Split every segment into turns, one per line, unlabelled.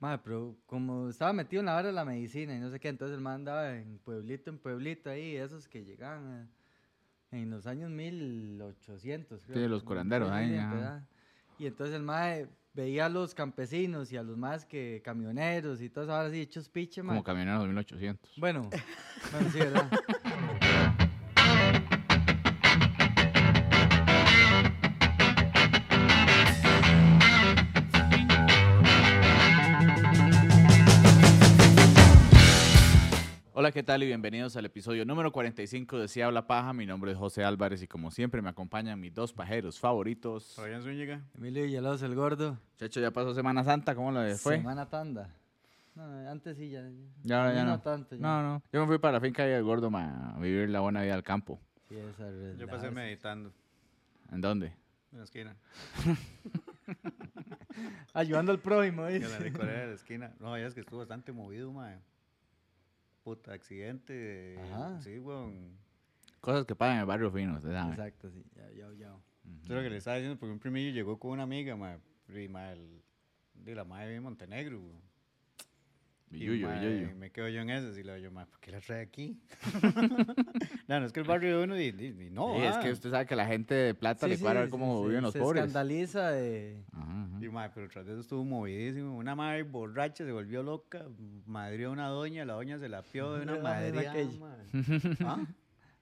Madre, pero como estaba metido en la vara de la medicina y no sé qué, entonces el man andaba en pueblito en pueblito ahí, esos que llegaban a- en los años 1800, creo.
Sí, los curanderos,
Sí,
ahí,
sí,
ajá.
¿verdad? Y entonces el mae veía a los campesinos y a los más que camioneros y todas ahora sí, hechos piche, mae.
Como camioneros de 1800.
Bueno, bueno, sí, ¿verdad?
Hola, ¿qué tal? Y bienvenidos al episodio número 45 de Si Habla Paja. Mi nombre es José Álvarez y como siempre me acompañan mis dos pajeros favoritos.
Fabián Zúñiga.
Emilio Villalobos, el gordo.
Chacho, ya pasó Semana Santa, ¿cómo le fue?
Semana tanda. No, antes sí, ya.
Ya, ahora
a mí
ya no.
tanto, ya.
No, no. Yo me fui para la finca de Gordo ma, a vivir la buena vida al campo.
Sí, esa
Yo pasé
relax.
meditando
¿En dónde?
en la esquina.
Ayudando al prójimo,
En la
dice.
recorrida de la esquina. No, ya es que estuvo bastante movido, mae. Puta, accidente.
Ajá.
Sí, weón.
Cosas que pagan en el barrio fino, usted sabe.
Exacto, sí. Ya, ya, ya.
Eso es lo que le estaba diciendo, porque un primillo llegó con una amiga, mae. Y mae, el- de la madre de Montenegro, weón.
Y yuyo, y
mae,
yuyo.
me quedo yo en esas y le digo, yo, mae, ¿por qué la trae aquí? no, no es que el barrio de uno y, y- y no,
Sí, es
ah.
que usted sabe que la gente de plata
Sí,
le cuadra
sí,
cómo
sí,
viven
sí,
los
se
pobres.
escandaliza de...
Ajá, ajá.
Y mae, pero tras de eso estuvo movidísimo. Una madre borracha se volvió loca, madrió a una doña, la doña se la pió de una
Era madre
madre.
aquella.
¿Ah?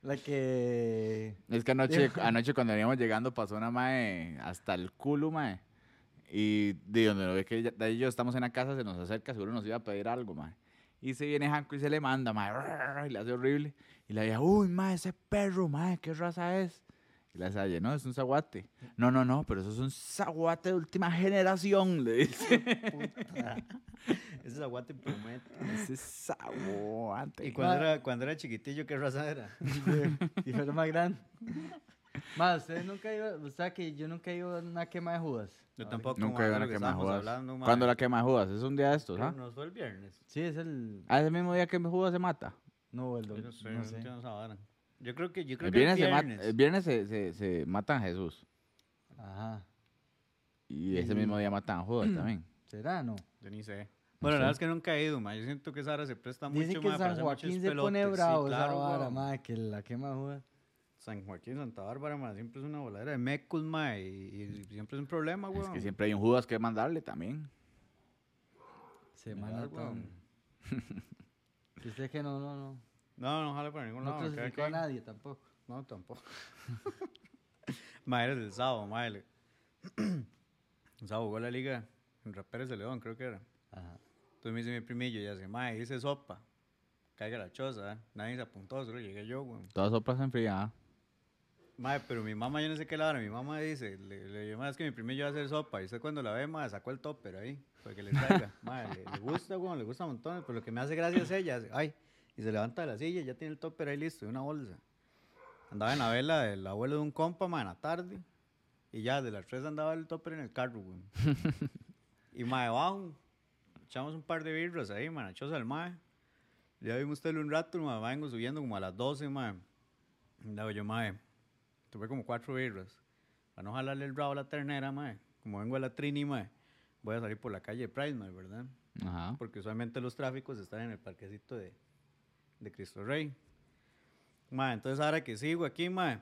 La que...
Es que anoche, anoche cuando veníamos llegando pasó una mae hasta el culo, mae. Y de donde lo ve que ella- de ahí yo estamos en la casa, se nos acerca, seguro nos iba a pedir algo, mae. Y se viene Hanco y se le manda, mae, y le hace horrible. Y la vieja, uy, mae, ese perro, mae, ¿qué raza es? Y la salle, no, es un zaguate. No, no, no, pero eso es un zaguate de última generación, le dice.
Puta. Ese es aguante prometo.
Ese zaguate.
¿Y cuando era, cuando era chiquitillo qué raza era?
Y fue más grande. Más, ustedes nunca iba... O sea, que yo nunca iba a una quema de Judas.
Yo tampoco.
Nunca iban a quemar judas. ¿Cuándo la quema judas? Es un día de estos, ¿ah?
Nos fue el viernes.
Sí, es el...
Ah, ese mismo día que judas se mata.
No, el...
Yo
dom-
no sé,
no
no
sé.
entiendo esa vara. Yo creo que, yo creo
El
que
viernes,
el
se,
viernes.
mata, el viernes se, se- se matan a Jesús.
Ajá.
Y ese mismo día matan a Judas también.
¿Será? No.
Yo ni sé. Bueno,
sé.
la verdad es que nunca he ido, ma. Yo siento que esa vara se presta mucho,
Dicen que
ma, para
San
hacer muchos
Joaquín se pone
pelotes. Sí,
bravo
claro,
esa vara,
weón.
madre, que la quema de Judas.
San Joaquín, Santa Bárbara, ma, siempre es una voladera de mecos, ma, y, y siempre es un problema, weón.
Es que siempre hay un Judas que mandarle también.
Semana
Claro,
tan...
weón.
Si usted que no, no, no.
No, no jale para ningún
No
lado. me queda
crucificó a
aquí.
nadie tampoco.
No, tampoco. Madre del sábado, madre. El sábado jugó la liga en Raperes de León, creo que era.
Ajá.
Entonces me dice mi primillo, ya se madre, dice sopa. Caiga la choza, ¿eh? nadie se apuntó, solo llegué yo, güey.
Todas sopas enfriadas.
Madre, pero mi mamá, yo no sé qué la hora, mi mamá dice, le, le digo, "Mae, es que mi primillo va a hacer sopa. Y usted cuando la ve, madre, sacó el topper ahí, para que le traiga. madre, le, le gusta, güey, le gusta montones, pero lo que me hace gracia es ella, hace, ay, y se levanta de la silla, ya tiene el topper ahí listo, y una bolsa. Andaba en la vela del abuelo de un compa, madre, en la tarde. Y ya, de las tres andaba el topper en el carro, güey. y madre, bajo, echamos un par de birras ahí, madre, chosa al madre. Ya vimos usted un rato, madre, vengo subiendo como a las 12, madre. Y le digo yo, madre, tuve como cuatro birras. Para no jalarle el rabo a la ternera, madre. Como vengo a la trini, madre, voy a salir por la calle Pride, madre, ¿verdad?
Ajá.
Porque usualmente los tráficos están en el parquecito de, de Cristo Rey. Ma, entonces ahora que sigo aquí, ma,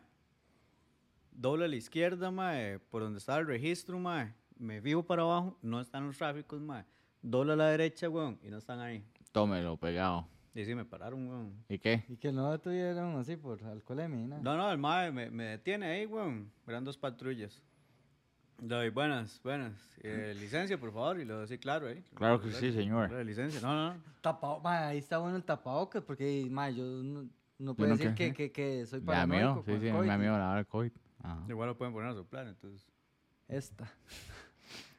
doble a la izquierda, ma, eh, por donde estaba el registro, ma, me vivo para abajo, no están los tráficos, ma. Doble a la derecha, weón, y no están ahí.
Tómelo, pegado.
Y sí, me pararon, weón.
¿Y qué?
Y que no tuvieron así por alcoholemia, ¿no?
No, no, el mae me, me detiene ahí, weón. Eran dos patrullas. Le doy, buenas, buenas. Eh, licencia, por favor. Y le doy, sí, claro, ahí.
Claro que sí,
Le
señor.
doy licencia. No, no, no.
Tapao- ma, ahí está bueno el tapabocas, porque ma, yo no, no puedo
no
decir
qué,
que, que, que soy
Me da
paranoico
miedo. Sí,
con
sí,
el
me da
COVID.
miedo la hora del COVID. Ajá.
Igual lo pueden poner a soplar, entonces.
Esta.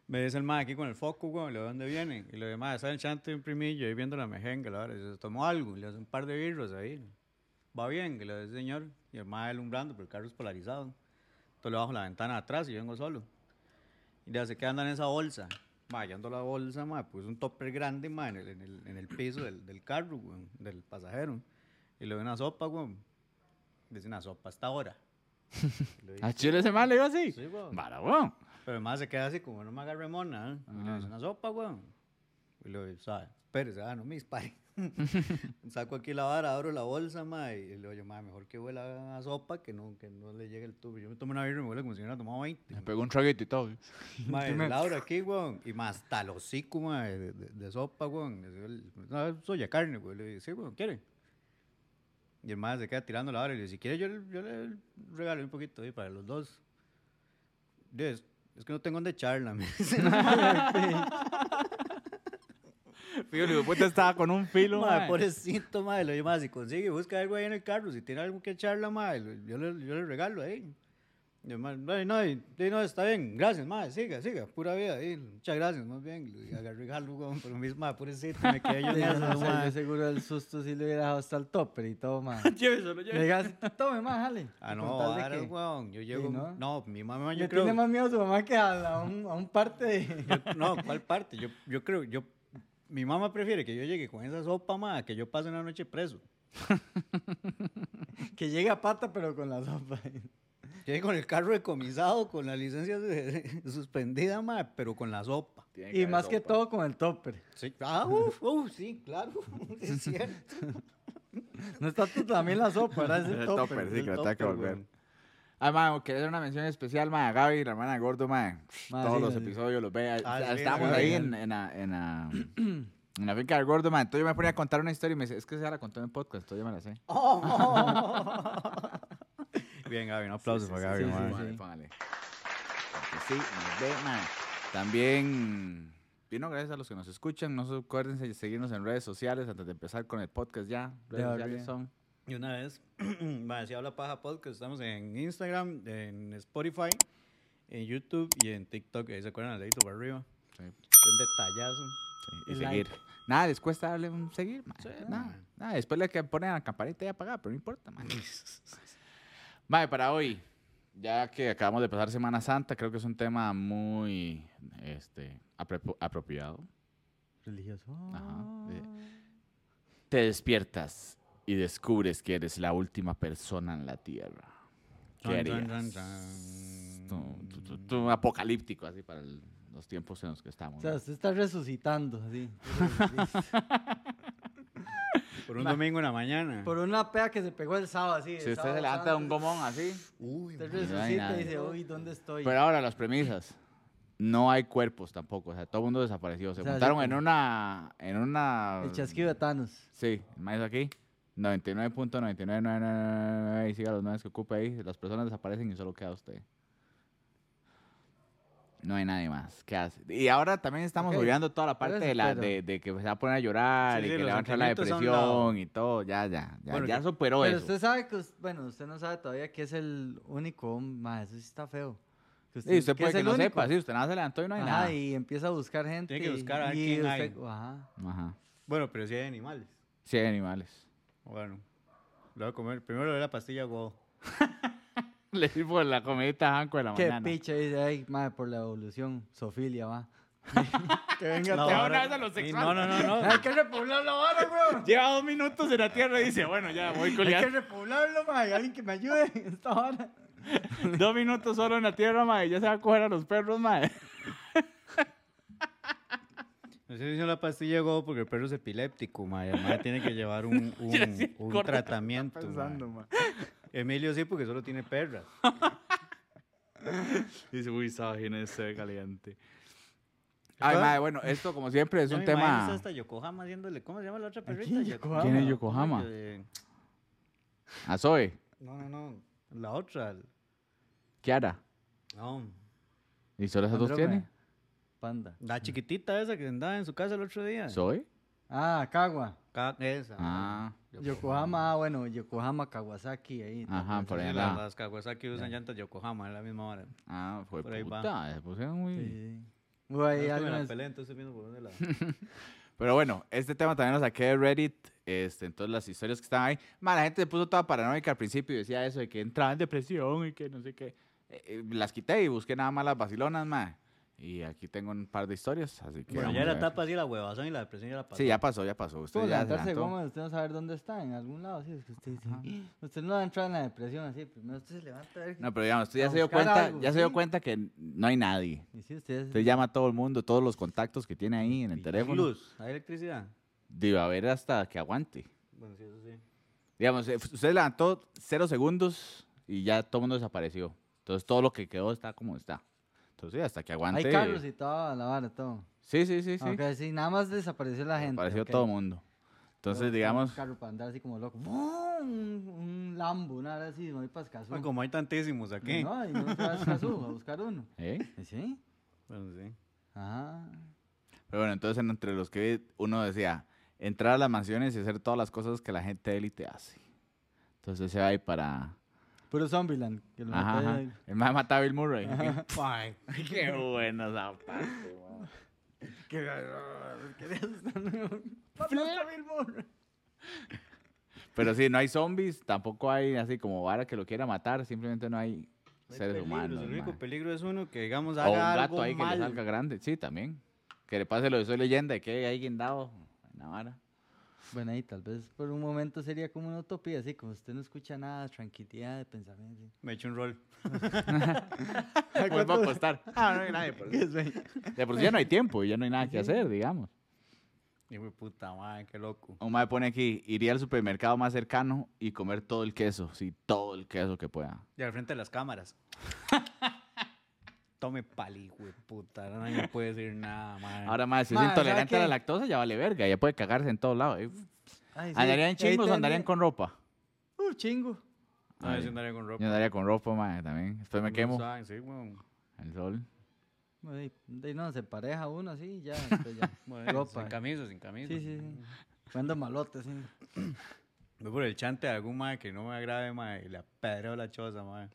Me dice el mae aquí con el foco, weón, le digo, ¿dónde viene? Y le digo, mae, está en chante un primillo ahí viendo la mejenga, la verdad. Y dice, tomó algo, y le hace un par de birros ahí. Va bien, y le dice, señor. Y el mae alumbrando, pero el carro es polarizado. Entonces le bajo la ventana de atrás y vengo solo. Y le hace, ¿qué anda en esa bolsa? Mae, yo ando la bolsa, mae, puse un topper grande, mae, en el, en el, en el piso del, del carro, weón, del pasajero. Y le doy una sopa, weón. Dice, una sopa hasta ahora. Y le digo,
¿A Ah, Chile se mal le iba así?
Sí, weón.
Barabón.
pero además se queda así como no me agarre mona. ¿eh? Y le dice, una sopa, weón. Y lo sabe, espérese, ah, no me dispare. Saco aquí la vara, abro la bolsa, ma, y le digo, ma, mejor que huela a sopa que no, que no le llegue el tubo. Yo me tomo una birra y me huele como si hubiera tomado 20.
Me pegó un traguito y todo.
Ma,
Yo me-
Laura aquí, weón, y más hasta el hocico, ma, de, de- de sopa, weón. Le digo, el- No, soy a carne, weón. Le digo, sí, weón, ¿quiere? Y el ma se queda tirando la vara y le dice, si quiere yo, le- yo le regalo un poquito ahí para los dos. Yo, Es, es que no tengo donde echarla, me dice.
Fijo, el hijo de puta estaba con un filo,
Madre,
mae.
pobrecito, madre. Lo demás, si consigue, busca algo ahí en el carro. Si tiene algo que echarla, madre, lo- yo le, yo le regalo ahí. Y el mae, "Ay, no, y- y no, está bien. Gracias, madre. Siga, siga. Pura vida. ahí, Muchas gracias, más bien. Le agarré el jalo, weón, pero mis, madre, pobrecito. Me quedé yo en
Sí,
eso,
no sé, yo
mae.
seguro el susto sí le hubiera dejado hasta el topper y todo, más.
Lléveselo,
Le digas, tome más, jale.
Ah,
Con
no,
tal de
ahora,
que-
weón. Yo llego.
¿no?
no? mi mamá,
Le
yo creo.
tiene más miedo a su mamá que a, la- a un, a un parte de...
yo- no, ¿cuál parte? Yo, yo creo, yo. Mi mamá prefiere que yo llegue con esa sopa, madre, que yo pase una noche preso.
que llegue a pata pero con la sopa.
Llegue con el carro decomisado, con la licencia de- suspendida, madre, pero con la sopa.
y más que todo con el topper.
Sí, ah, uf, uf, sí, claro, es cierto.
No está tú también la sopa, era ese
El
topper.
topper, sí,
el
que lo tenga que
topper,
volver.
weón.
Ah, mae, quería hacer una mención especial, mae, a Gaby, la hermana de gordo, mae.
Mae,
Todos
Ah, sí,
los
la-
episodios los ve.
Ah, sí,
Estábamos
la
ahí
Gaby.
en, en la, en, la, en la finca del gordo, mae. Entonces yo me ponía a contar una historia y me dice, es que se la contó en el podcast, entonces yo me la sé.
Bien, Gaby, un aplauso para
sí,
Gaby,
sí,
madre.
sí.
Póngale, póngale. Porque sí, nos ve, mae. También, vino gracias a los que nos escuchan. No se acuérdense de seguirnos en redes sociales antes de empezar con el podcast ya. Redes
Ya,
sociales
ya.
son.
Y una vez, madre, si habla paja podcast, estamos en Instagram, en Spotify, en YouTube y en TikTok. Ahí se acuerdan al dedito para arriba.
Sí,
Un detallazo.
sí, y
El
seguir.
like.
Nada, les cuesta darle un seguir, mae.
Sí,
nada,
mae.
nada. Después le que ponen la campanita ya apagada, pero no importa, mae. Mae, para hoy, ya que acabamos de pasar Semana Santa, creo que es un tema muy este, apropo- apropiado.
Religioso.
Ajá, sí.
Ah.
Te despiertas y descubres que eres la última persona en la Tierra. ¿Qué
Tan, tan, tan,
harías?
tan.
Tu- tu- tu- tu apocalíptico, así para el- los tiempos en los que estamos.
O sea,
¿no?
usted está resucitando, así.
Por un domingo en la mañana.
Por una pea que se pegó el sábado, así. el
Si usted
sábado
se levanta de un
santo,
gomón así.
Uy,
Usted
hay
resucita
nada.
y dice, uy, ¿dónde estoy?
Pero ahora, las premisas. No hay cuerpos tampoco. O sea, todo el mundo desapareció. Se
O sea, así
juntaron en
como-
una. En una.
el chasquido de Thanos.
Sí, el maíz aquí. 99.99999 y siga los nueve que ocupe ahí. Las personas desaparecen y solo queda usted. No hay nadie más. ¿Qué hace? Y ahora también estamos
Ok,
olvidando toda la
pero
parte
eso
de, la,
espero.
de, de que se va a poner a llorar
Sí,
y
sí,
que le
los
va a entrar la
sentimientos a un lado.
depresión y todo. Ya, ya, ya,
Bueno,
ya
que-
superó
Pero
eso.
usted sabe que, us- bueno, usted no sabe todavía que es el único, hom- ma, eso sí está feo. Que
Sí, usted puede
es
que
el
no
único.
sepa, sí, usted nada se levantó y no hay
Ajá,
nada.
y empieza a buscar gente.
Tiene que
y-
buscar a ver
y
quién
usted-
hay.
Ajá.
Ajá.
Bueno, pero si hay animales.
Sí, hay animales.
Bueno, le voy a comer. Primero le doy la pastilla Go.
Le di por la comidita a Hanco de la
Qué
mañana.
picha, dice, ay, madre, por la evolución, Sofilia, va. que venga
No,
todo.
ahora-
ahora-
es a lo
y
sexual.
No, no, no, no.
Hay que repoblar la vara, weón.
Lleva dos minutos en la tierra y dice, bueno, ya voy
Hay que repoblarlo, madre, alguien que me ayude en esta vara.
Dos minutos solo en la tierra, madre. Ya se va a coger a los perros, madre.
No se hizo la pastilla Go porque el perro es epiléptico, ma. y además tiene que llevar un, un- un tratamiento. ma. Emilio sí, porque solo tiene perras.
Dice, uy, sabes, se caliente. Ay,
Ay,
madre,
madre,
bueno, esto como siempre es
Yo
un
me imagino
tema.
hasta Yokohama haciéndole. ¿Cómo se llama la otra
quién
perrita?
es Yokohama?
¿Quién es Yokohama?
Eh,
Azoe,
No, no, no. La otra.
Kiara.
No.
¿Y solo esas dos
Andrómeda,
tiene?
Panda.
La chiquitita esa que andaba en su casa el otro día.
¿Zoe?
Ah, Kawa.
Ca- esa.
Ah,
Yokohama, ah, bueno, Yokohama, Kawasaki, ahí.
ajá, por
Por
ahí
las,
la.
las Kawasaki usan llantas Yokohama, es la misma hora.
Ah, fue
por ahí va.
puta. Se pusieron muy.
Sí, sí. Güey,
No, es que me
algo
la
es-
peleé, entonces viendo por dónde la-
Pero bueno, este tema también lo saqué de Reddit. Este, entonces las historias que estaban ahí. Ma, la gente se puso toda paranoica al principio y decía eso de que entraba en depresión y que no sé qué. Eh, eh, las quité y busqué nada más las vacilonas, ma. Y aquí tengo un par de historias, así que...
Bueno,
vamos
ya
a
la
ver.
etapa así, la huevazón y la depresión ya la pasó.
Sí, ya pasó, ya pasó.
Como
Usted ya se
levantarse de
levantó.
goma, usted no saber dónde está, en algún lado, así es que usted dice, "Ih", usted no va a entrar en la depresión así, primero usted se levanta a ver
No, pero digamos, usted ya
eh. A
se dio
buscar
cuenta,
algo,
ya se dio
sí.
cuenta que no hay nadie.
y si usted,
Usted llama a todo el mundo, todos los contactos que tiene ahí en el
Y
teléfono.
Luz, hay electricidad.
Digo, a ver hasta que aguante.
Bueno, sí, eso sí.
Digamos, eh, usted levantó cero segundos y ya todo el mundo desapareció. Entonces todo lo que quedó está como está. Entonces sí, hasta que aguante.
hay carros y todo, la vara, todo.
Sí, sí, sí, sí.
Aunque sí, nada más desapareció la gente.
Apareció
ok.
todo el mundo. Entonces,
Pero
digamos,
Un carro para andar así como loco. ¡Bum! Un, un Lambo, una hora así, no hay para Escazú.
Ah, como hay tantísimos aquí.
No, y no se va a Escazú a buscar uno.
¿eh?
Y ¿Sí?
Bueno, sí.
Ajá.
Pero bueno, entonces en- entre los que uno decía, entrar a las mansiones y hacer todas las cosas que la gente de élite hace. Entonces se va ahí para...
Puro Zombieland. Que lo
Ajá,
mató
ajá.
ahí.
El más mataba a Bill Murray.
Fine.
Qué bueno esa parte,
ah,
Pero sí, no hay zombies, tampoco hay así como vara que lo quiera matar, simplemente no hay
No hay
seres
peligros,
humanos.
El único
mae.
peligro es uno que, digamos,
o un
haga
gato
algo
ahí que
mal.
le salga grande, sí, también. Que le pase lo de Soy Leyenda, de que hay guindado en la vara.
Bueno, ahí tal vez por un momento sería como una utopía, así como usted no escucha nada, tranquilidad de pensamiento. así.
Me echo un rol.
Vuelvo Pues a apostar. Ah, no hay nadie por eso. De por sí ya no hay tiempo, ya no hay nada que hacer, digamos.
Hijo de puta madre, qué loco.
Un mae pone aquí, iría al supermercado más cercano y comer todo el queso, sí, todo el queso que pueda.
Y al frente de las cámaras. Tome pali, hijo de puta. ahora Nadie puede decir nada, madre.
Ahora, más si es
Mae, ¿sabe
intolerante a la
qué?
lactosa, ya vale verga, ya puede cagarse en todos lados. eh.
Ay, sí,
¿Andarían
ahí
chingos o
tendría-
andarían con ropa?
Uh, chingo.
No, yo
Ay.
sí andaría con ropa.
Yo andaría con ropa, mae, también. Después me
No
quemo.
saben, sí, weón.
El sol.
Bueno, y- y no, se pareja uno así y ya. entonces ya.
Bueno,
Ropa.
Sin camisa, sin camisa.
Sí, sí, sí. Cuando malote, sí.
Voy por el chante de algún madre que no me agrade, madre. Y le apedreo la choza, madre.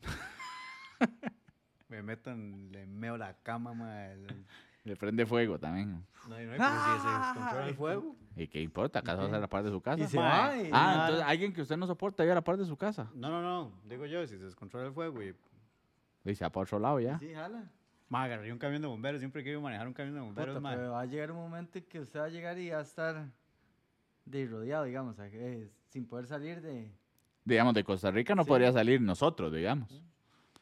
me meto en, le meo la cama, madre.
Le prende fuego también.
No, no, pero si se descontrola el fuego.
¿Y qué importa? ¿Acaso va a ser la parte de su casa?
Y se
mae.
va. y-
Ah, entonces alguien que usted no soporta iba a la parte de su casa.
No, no, no. Digo yo, si se descontrola el fuego y
Dice, para otro lado ya.
Sí, jala.
Ma, agarré un camión de bomberos. Siempre que iba a manejar un camión de
Puta,
bomberos, ma.
pero va a llegar un momento en que usted va a llegar y va a estar de rodeado, digamos, o sea, que es- sin poder salir de...
Digamos, de Costa Rica no
Sí.
podría salir nosotros, digamos.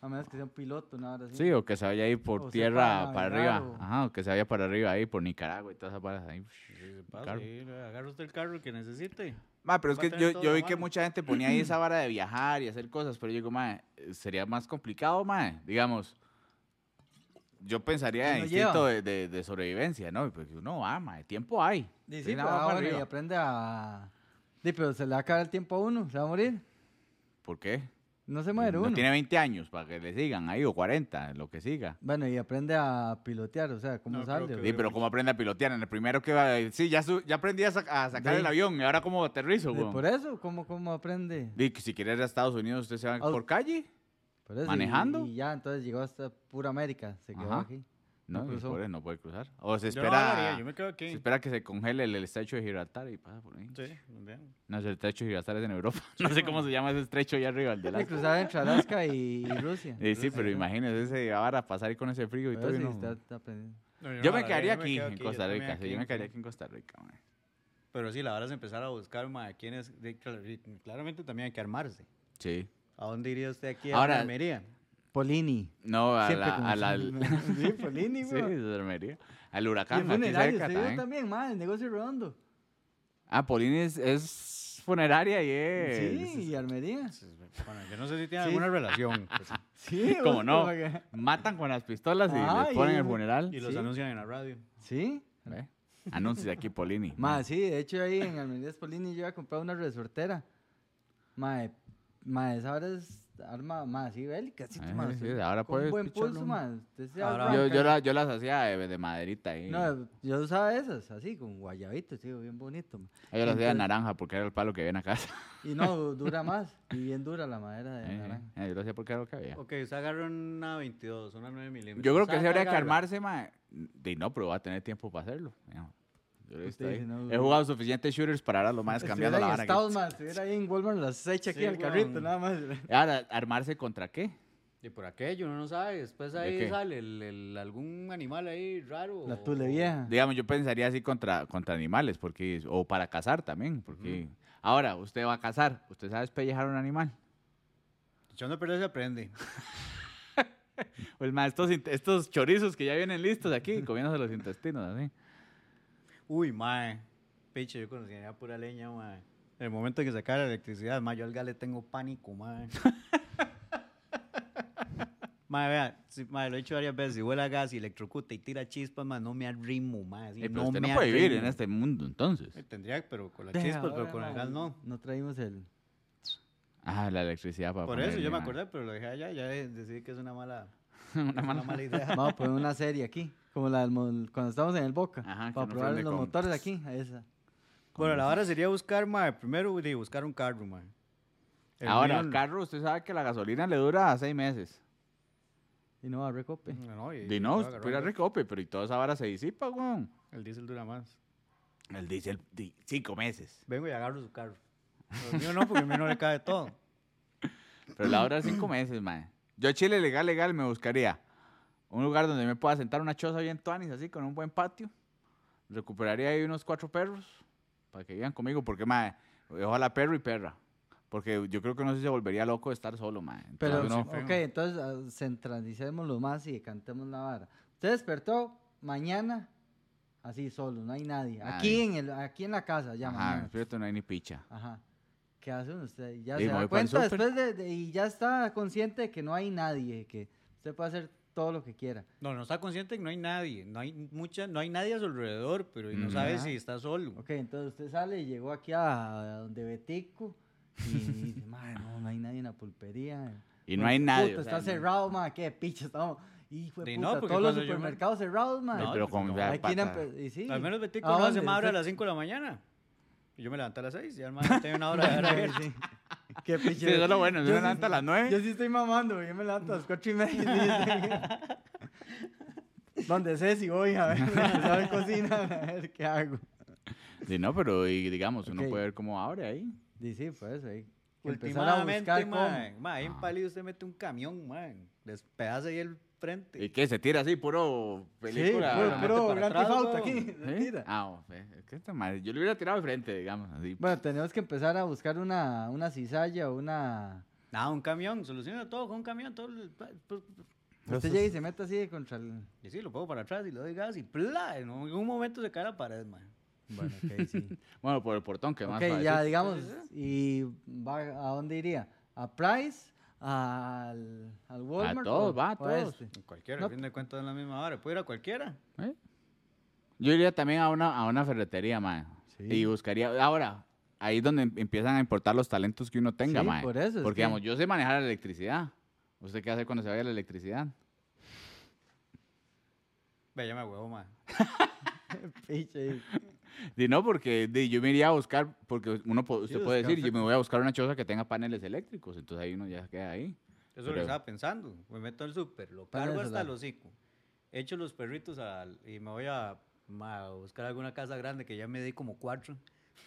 A menos que sea un piloto, una hora así.
Sí, o que se vaya ahí por
O se
tierra
para
para
navegar,
arriba.
o-
Ajá, o que se vaya para arriba ahí por Nicaragua y todas esas varas ahí.
Sí, se
carro.
pasa, sí, le agarra usted el carro que necesite.
Ma, pero es
Va a
que
tener
yo,
todo
yo
a la
vi que
mano.
mucha gente ponía ahí esa vara de viajar y hacer cosas, pero yo digo, ma, eh, sería más complicado, ma. Digamos, yo pensaría
¿Quién
en
lo
instinto
lleva?
de, de- de sobrevivencia, ¿no? Porque uno va, ma, tiempo hay.
Y sí,
Sí,
pero
nada,
ah,
para
bueno, y
arriba.
aprende a... Sí, pero se le va a acabar el tiempo a uno, se va a morir.
¿Por qué?
No se muere
no
uno.
tiene 20 años para que le sigan ahí, o 40, lo que siga.
Bueno, y aprende a pilotear, o sea, cómo
No, creo
sale.
que-
Sí, pero ¿cómo aprende a pilotear? En el primero que va, eh, sí, ya, su- ya aprendí a, sa- a sacar
Sí.
el avión, ¿y ahora cómo aterrizo,
Sí,
güey?
por eso, ¿cómo, cómo aprende?
Y que si quiere ir a Estados Unidos, usted se va
Au-
por calle.
Por eso, y-
¿manejando?
Y, ya, entonces llegó hasta pura América, se quedó
Ajá.
aquí. No
No, y
cruzó.
por eso no puede cruzar. O se
Yo
espera.
no agarraría, yo me quedo
Se
aquí.
espera que se congele el, el estrecho de Gibraltar y pasa por ahí.
Sí, bien.
No, el estrecho de Gibraltar es en Europa. No sé cómo se llama ese estrecho allá arriba, el de
Y
la...
cruzar entre Alaska y, y Rusia.
Eh, sí, pero imagínese ese ahora pasar ahí con ese frío y
Por
todo.
eso,
y
y
no-
Ah, está- está aprendiendo.
Yo,
No, no
me
jalaría,
quedaría
yo
aquí,
quedo
en Costa
también
Rica. sí, yo me quedaría
sí.
aquí en Costa Rica, mae.
Pero sí, la hora es empezar a buscar, ma, quién es. de- clar- claramente también hay que armarse.
Sí.
¿A dónde iría usted aquí?
Ahora-
a Almería?
Polini.
No, a
Siempre
la...
con
A la
eso. Sí, Polini,
sí,
güey.
se dormiría. Al
Y el
huracán, aquí
funerario,
cerca
usted vio
también.
también, madre, el negocio redondo.
Ah, Polini es, es funeraria y es...
Sí, y armería.
Pues, Bueno, yo no sé si tiene
Sí.
alguna relación. pues,
Sí,
Como
vos,
no,
que-
matan con las pistolas y
Ah,
les
y-
ponen el funeral.
y los
Sí.
anuncian en la radio.
Sí.
Ve, Anuncios aquí, Polini.
Madre, sí, de hecho ahí en Armería Polini yo iba a comprar una resortera. Madre, madre, esa hora es arma, madre, sí, bélica, sí,
Ah,
madre,
sí,
usted
ahora
con
puedes
buen
picharlo,
pulso,
¿no?
madre. usted se
Ahora-
arranca.
Yo, yo, la- yo las hacía de, de maderita ahí.
No, yo usaba esas, así, con guayabitos, tío, bien bonito. ma.
Ah, Yo las hacía de
Entonces-
naranja porque era el palo que había en la casa.
Y no, du- dura más, y bien dura la madera de
Eh,
naranja.
eh, yo lo hacía porque era lo que había.
Ok, usted agarra una 22, una 9 milímetros.
Yo creo que
Saca,
se habría que
agarra.
armarse, ma. De no, pero va a tener tiempo para hacerlo. digamos. Yo lo he, visto
Usted
ahí.
dice, no,
He jugado suficientes shooters para ahora
Pues
lo más cambiando
Estuviera
la
en
vara. que-
Estados, madre, estuviera ahí en Walmart, las echa aquí
Sí,
al carrito,
weón.
nada más.
Ahora, ¿armarse contra qué?
Y por aquello, uno no sabe. Después ahí
qué?
sale el- el- algún animal ahí raro.
La
o-
tule
Ah.
vieja.
Digamos, yo pensaría así contra, contra animales, porque, o para cazar también, porque... Ahora, usted va a cazar, ¿usted sabe despellejar un animal?
Echando a perder se aprende.
O el ma, Pues, estos, int- estos chorizos que ya vienen listos aquí, comiéndose los intestinos, así.
Uy, mae. Piche, yo conocía pura leña, mae. El momento en que sacara la electricidad, mae, yo al gas le tengo pánico, mae. mae, vea, sí, mae, lo he dicho varias veces. Si huele a gas y electrocuta y tira chispas, mae, no me arrimo, mae. así,
Eh, pero
no
usted
me
no puede vivir en
arrimo.
este mundo, entonces.
Eh, Tendría, pero con las
Deja,
chispas, pero
ahora,
con el
mae,
gas no.
No traímos el.
Ah, la electricidad para
Por eso
ponerle,
yo me
ma.
acordé, pero lo dejé allá. Ya de- decidí que es una mala,
Una
una
mala-
mala idea.
Vamos a poner una serie aquí, como la del mo- cuando estamos en el Boca,
Ajá, que
para
no
probar
prende
los
con-
motores aquí, a esa.
bueno, la hora sería buscar, mae. Primero, de buscar un carro, mae. El
Ahora,
mío-
el carro, usted sabe que la gasolina le dura seis meses.
Y no va a recope.
No, no, y-
De
y
no,
puedo
usted
agarrar
puede ir a
un-
recope, pero y toda esa vara se disipa, weón.
El diésel dura más.
El diésel, di- cinco meses.
Vengo y agarro su carro. Pero el mío no, porque a mí no le cabe todo.
Pero la hora es cinco meses, mae. Yo a Chile legal, legal me buscaría un lugar donde me pueda sentar una choza bien tuanis, así, con un buen patio. Recuperaría ahí unos cuatro perros para que vivan conmigo, porque, mae, ojalá perro y perra. Porque yo creo que uno sí se volvería loco de estar solo, mae.
Pero,
Entonces, uno-
sí, feo.
ok, entonces ah, centralicémoslo más y cantemos la vara. Usted despertó mañana, así solo, no hay nadie. Aquí
Nadie.
en, el, aquí en la casa, ya
Ajá,
mañana.
despierto, no hay ni picha.
Ajá. ¿Qué hace uno? Usted ya
Y
se
me
da
voy para el
cuenta
súper.
después de, de- y ya está consciente de que no hay nadie, que usted puede hacer todo lo que quiera.
No, no está consciente que no hay nadie. No hay mucha, no hay nadie a su alrededor, pero no
Ujú.
sabe si está solo.
Ok, entonces usted sale y llegó aquí a, a donde Betico y dice, madre, no, no hay nadie en la pulpería.
Y no hay nadie.
Puta,
o sea,
está
no-
cerrado, madre, qué picha estamos. Hijo de
Di,
puta,
no, porque
todos los
cuando yo me-
supermercados cerrados, madre.
Ay, pero con
no.
la
Hay que ir a
pata.
empe- y sí.
Al menos Betico
¿A
no se
dónde?
me abre a
Sí.
las 5 de la mañana. Y yo me levanto a las 6 y al más tengo una hora de hora abierta.
Sí. Qué
Sí,
picha.
eso es lo bueno. Yo me
sí-
levanto a las nueve.
Yo sí estoy mamando, yo me levanto a las cuatro y media. Donde sé si voy a ver, a ver cocina, a ver qué hago.
Sí, no, pero y, digamos, uno
Ok.
puede ver cómo abre ahí.
Y sí, pues, ahí. Empezar a
Últimamente,
buscar cómo. Ah.
man, man, ahí en Pali usted mete un camión, man. Despedaza ahí el frente.
¿Y qué? ¿Se tira así, puro película?
sí, puro,
la
puro
mete para
gran
atrás,
falta aquí.
weón.
¿Sí?
mentira.
Ah, o- eh, es que esta madre, Yo le hubiera tirado de frente, digamos, así.
Bueno, tenemos que empezar a buscar una, una cizalla o una.
Nada, un camión. Soluciona todo con un camión. Todo el- pues,
Usted llega y se mete así contra el.
Y sí, lo pongo para atrás y le doy gas y ¡plá! En un momento se cae la pared, man.
Bueno, ok, sí.
Bueno, por el portón, que más
ok,
suavecito.
ya digamos. ¿Y va, a dónde iría? ¿A Price? ¿Al, al Walmart?
todos,
o-
va, a
o
todos.
este?
Cualquiera,
No.
al fin de cuentas es la misma hora. Puedo ir a cualquiera.
¿Eh? Yo iría también a una, a una ferretería, mae.
Sí.
Y buscaría. Ahora, ahí es donde em- empiezan a importar los talentos que uno tenga,
Sí,
mae.
por eso es
Porque,
que-
digamos, yo sé manejar la electricidad. ¿Usted qué hace cuando se vaya la electricidad?
Ve, ya me huevo, man.
Piche.
Di, no, porque di, yo me iría a buscar, porque uno po- usted
Sí,
puede decir,
descansa
yo me voy a buscar una choza que tenga paneles eléctricos, entonces ahí uno ya queda ahí.
Eso es lo que
Pero-
estaba pensando. Me meto al súper, lo
Para
cargo
eso,
hasta el
dale.
hocico. Echo los perritos al- y me voy a, ma, a buscar alguna casa grande que ya me di como cuatro.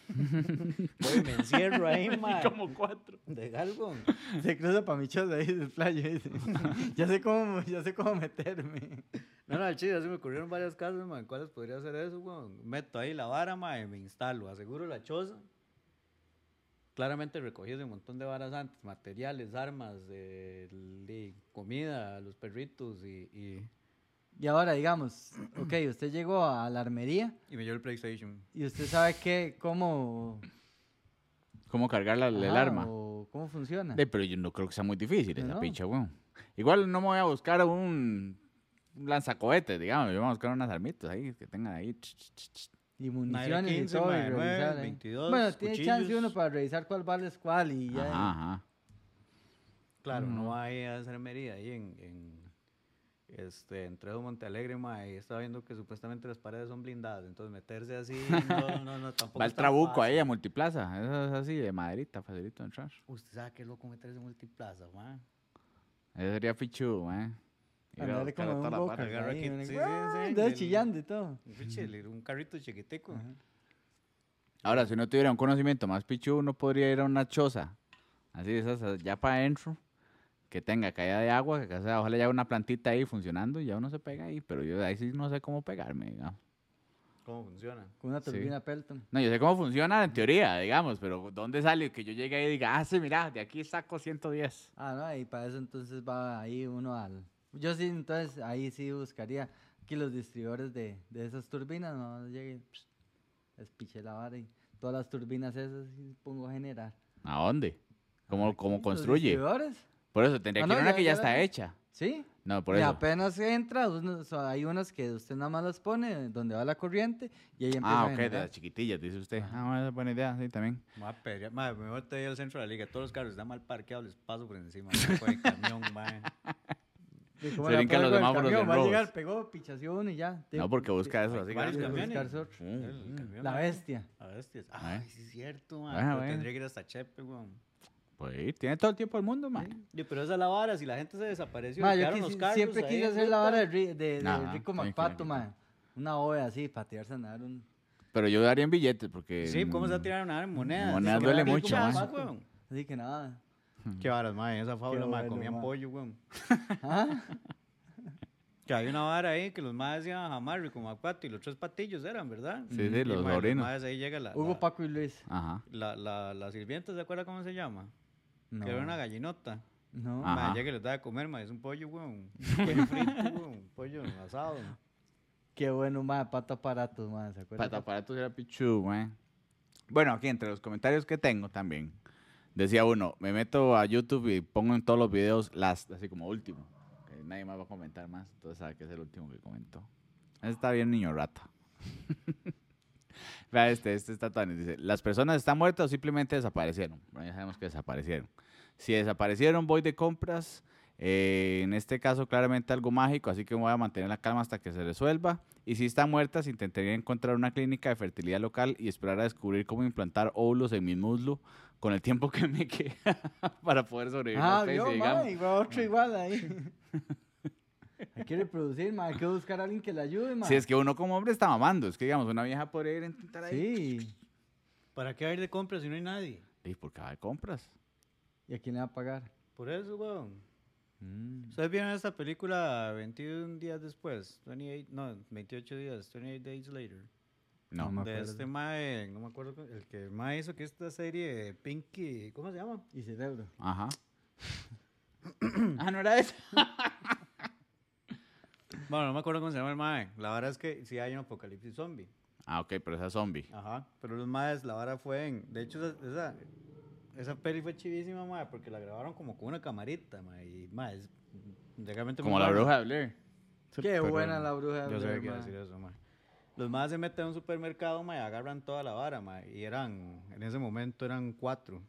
Voy y me encierro ahí, ma.
cuatro.
De galgo.
Se cruza para mi choza ahí del playo. dice. ya, sé cómo, ya sé cómo meterme.
No, no, chile, se me ocurrieron varias casas, ma. en ¿Cuáles podría hacer eso, weón? Meto ahí la vara, ma, y me instalo. Aseguro la choza. Claramente recogí ese montón de varas antes. Materiales, armas, eh, de comida, los perritos y... y
Y ahora, digamos, ok, usted llegó a la armería
y me llevo el PlayStation.
y usted sabe que, cómo.
¿Cómo cargar la- el
ajá,
arma?
o ¿Cómo funciona?
Di, pero yo no creo que sea muy difícil esa
No.
picha, weón. Igual no me voy a buscar un un lanzacohetes, digamos, yo me voy a buscar unas armitas ahí que tengan ahí. ch, ch, ch, ch.
Y
Madre,
municiones
15,
y todo.
madre,
y
nueve,
revisar ahí.
22,
bueno, tiene chance
cuchillos.
uno para revisar cuál vale es cuál y ya. ¿eh?
Ajá, ajá.
Claro, no va ahí a hacer Merida, ahí en, en, este, en Trejo Montealegre, ma, ahí estaba viendo que supuestamente las paredes son blindadas, entonces meterse así, no, no, no, tampoco
Va el
es tan
trabuco ahí
fácil.
a multiplaza, eso es así, de maderita, facilito de entrar.
Usted sabe qué loco meterse en multiplaza, ma.
Eso sería fichu, eh. Ir a
Andarle
buscar a
como un
toda la
boca. ¿eh?
vara.
Agarra
ahí,
aquí,
miren,
sí, sí,
¡guau!
sí,
andaba
el-
chillando y todo.
Un pinche li- un carrito chiquitico.
Ahora, si uno tuviera un conocimiento más pichu, uno podría ir a una choza. Así de esas, a- ya para adentro. que tenga caída de agua, que sea, ojalá haya una plantita ahí funcionando y ya uno se pega ahí, pero yo ahí sí no sé cómo pegarme, digamos.
¿Cómo funciona?
Con una
Sí.
turbina Pelton.
No, yo sé cómo funciona en teoría, digamos, pero ¿dónde sale? Que yo llegue ahí y diga, ah, sí, mira, de aquí saco 110.
Ah, no, y para eso entonces va ahí uno al... Yo sí, entonces ahí sí buscaría que los distribuidores de, de esas turbinas no lleguen, psh, les piché la vara y todas las turbinas esas y pongo a generar.
¿A dónde? ¿Cómo, cómo
¿Los
construye?
distribuidores?
Por eso, tendría
Ah,
que ir
no,
a una
ya-
que ya
ya
está
la-
hecha.
Sí,
No, por
y
eso.
apenas entra, uno- so- hay unas que usted nada más las pone donde va la corriente y ahí empieza
Ah,
a
ok, de
generar.
las chiquitillas, dice usted. Ah, bueno, esa es buena idea, sí, también.
Ma, pedría- ma, mejor te ir al centro de la liga. Todos los carros están mal parqueados, les paso por encima. ma, con el camión, ma.
Y como
Se
la
brincan los
prueba del
semáforos
pues, camión,
en
Va a
robos.
llegar, pegó, pichación y ya. Te-
No, porque
te-
busca eso,
hay
así
varios
Tienes
que-
que
camiones.
buscar sor-
Mm.
El camión,
La
ma.
bestia.
La bestia.
Ah,
Ay, sí es cierto, ma.
Ah,
pero
bueno.
Tendría que ir hasta Chepe, weón.
Pues sí, tiene todo el tiempo del mundo, man.
Yo, pero esa es la vara, si la gente se desapareció,
Ma,
y
yo
quedaron los
quisi-
carros
siempre
ahí,
quise hacer la
puta.
vara de, ri- de- de
Ajá,
Rico
está bien
Macpato,
clarito.
ma. Una OE así, patearse a nadar un...
Pero yo daría en billetes porque.
Sí, ¿cómo se va a
mm,
tirar una moneda?
Monedas duele mucho,
¿eh?
ma. Así que nada.
Qué varas, ma, en esa fábula, ma,
bueno,
comían
ma.
pollo, weón.
¿Ah?
Que hay una vara ahí que los más iban a jamar, como a cuatro, y los tres patillos eran, ¿verdad? Mm,
Sí, sí,
Y,
los
ma,
sobrinos.
maes ahí llega la,
Hugo,
la-
Paco y Luis.
Ajá.
la, la, la sirvienta, ¿se acuerda cómo se llama?
No,
Que era una gallinota.
no.
Ah.
Ma,
Ajá.
llega que les da de comer, ma, es un pollo, weón. Un pollo frito, weón. Un pollo asado.
Qué bueno, ma, pato aparatos, ma, ¿se acuerdan?
Para aparatos era pichu, güey. Bueno, aquí entre los comentarios que tengo también. Decía uno, me meto a YouTube y pongo en todos los videos las, así como último. que nadie más va a comentar más. Entonces sabe que es el último que comentó. Ese está bien, niño rata. Vea este, este está tan. Dice, las personas están muertas o simplemente desaparecieron. Bueno, ya sabemos que desaparecieron. Si desaparecieron, voy de compras. Eh, en este caso, claramente algo mágico, así que voy a mantener la calma hasta que se resuelva. Y si están muertas, intentaría encontrar una clínica de fertilidad local y esperar a descubrir cómo implantar óvulos en mi muslo con el tiempo que me queda para poder sobrevivir. a la
Ah,
especie,
vio,
digamos. Ah.
ma, y va otro igual ahí. Hay que reproducir, ma, hay que buscar a alguien que le ayude, ma.
Si es que uno como hombre está mamando, es que digamos, una vieja podría ir a intentar ahí.
Sí,
¿Para qué va a ir de compras si no hay nadie?
Y por cada compras.
¿y a quién le va a pagar?
Por eso, weón.
Mm.
¿Ustedes vieron esta película 21 días después? 28, no, 28 días, 28 days later.
No,
No me
de
acuerdo.
este mae, no me acuerdo, cu- el que mae hizo que esta serie de Pinky, ¿cómo se llama?
Y cerebro.
ajá. ah, no era eso.
Bueno, no me acuerdo cómo se llama el mae. La verdad es que sí hay un apocalipsis zombie.
Ah, ok, pero esa zombie.
Ajá, pero los maes, la vara fue en. De hecho, esa, esa, esa peli fue chivísima, mae, porque la grabaron como con una camarita, mae. Y mae, es realmente muy
Como la
buena.
bruja de Blair.
Qué
Pero-
buena la bruja. de
Yo sabía
Blair,
que iba a
ma.
decir eso, mae. Los maes se meten a un supermercado, mae, agarran toda la vara, mae. Y eran, en ese momento eran cuatro.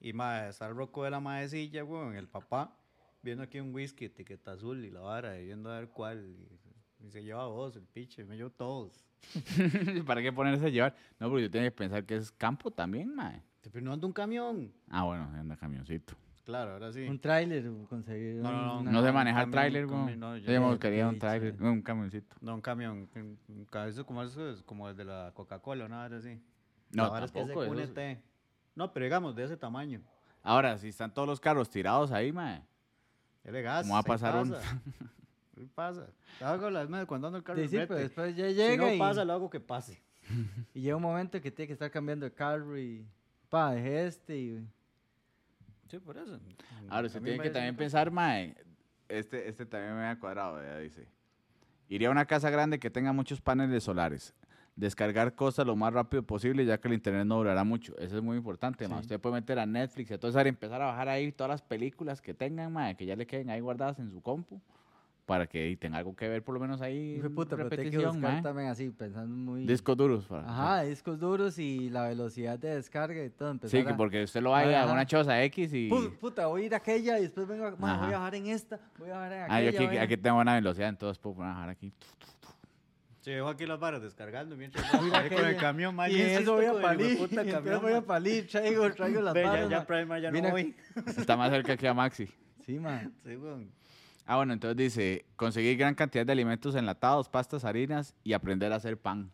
Y mae, está el roco de la maecilla, weón, el papá, viendo aquí un whisky, etiqueta azul y la vara, y viendo a ver cuál. Y, y se lleva vos, el piche, me llevo todos.
¿Para qué ponerse a llevar? No, porque yo tenía que pensar que es campo también, mae.
Pero no anda un camión.
Ah, bueno, anda camioncito.
Claro, ahora sí.
Un tráiler, uh, conseguir.
No, no, no,
una-
No, sé
un
manejar
camión,
tráiler,
un
güey.
cami- no,
yo
yo
ya me
sé,
buscaría un
sí,
tráiler,
sí.
un camioncito.
No, un camión. un- un ca- Eso como, eso es como el de la Coca-Cola, una vez así.
No,
La vara es que
tampoco,
ese
eso es-
cúnete. No, pero digamos, de ese tamaño.
Ahora, si están todos los carros tirados ahí, mae.
Él le gasa.
¿Cómo va a
ahí
pasar un-
pasa. Ahí pasa. Hago las mismas cuando ando el carro.
Sí,
al
sí, pero
frente.
después ya
si
llega
no
y,
pasa, lo hago que pase.
y llega un momento que tiene que estar cambiando de carro y. Pa, dejé este y.
Sí, por eso.
Ahora, usted tiene que también pensar, mae. Este, este también me ha cuadrado, ya dice. Iría a una casa grande que tenga muchos paneles solares. Descargar cosas lo más rápido posible, ya que el internet no durará mucho. Eso es muy importante, mae.
Sí.
Usted puede meter a Netflix y a todo eso, ahora empezar a bajar ahí todas las películas que tengan, mae, que ya le queden ahí guardadas en su compu, para que ahí tenga algo que ver por lo menos ahí.
Hijo de
en
puta, pero tiene que
repetición,
buscar
mae.
también así, pensando muy.
Discos duros. para-
Ajá, discos duros y la velocidad de descarga y todo. Empezar
Sí, que
a-
porque usted lo vaya a
Ajá.
una choza X y...
Pu- Puta, voy a ir a aquella y después vengo a. ma, voy
Ajá.
a bajar en esta, voy a bajar en aquella.
Ah, yo aquí,
voy a-
aquí tengo buena velocidad, entonces puedo poner a bajar aquí.
Se dejó aquí las varas descargando mientras
Mira
ahí con el
aquella.
camión, ma,
y
yo
eso
insisto
voy
con
a
el
palir.
hijueputa
y entonces
camión,
voy
ma.
a palir, traigo, traigo las
Ve, ya,
barras,
ya
ma.
Prime, ma, ya no
Mira-
voy.
Está más cerca que a Maxi.
Sí, man.
Sí, weón.
Ah, bueno, entonces dice, conseguir gran cantidad de alimentos enlatados, pastas, harinas y aprender a hacer pan.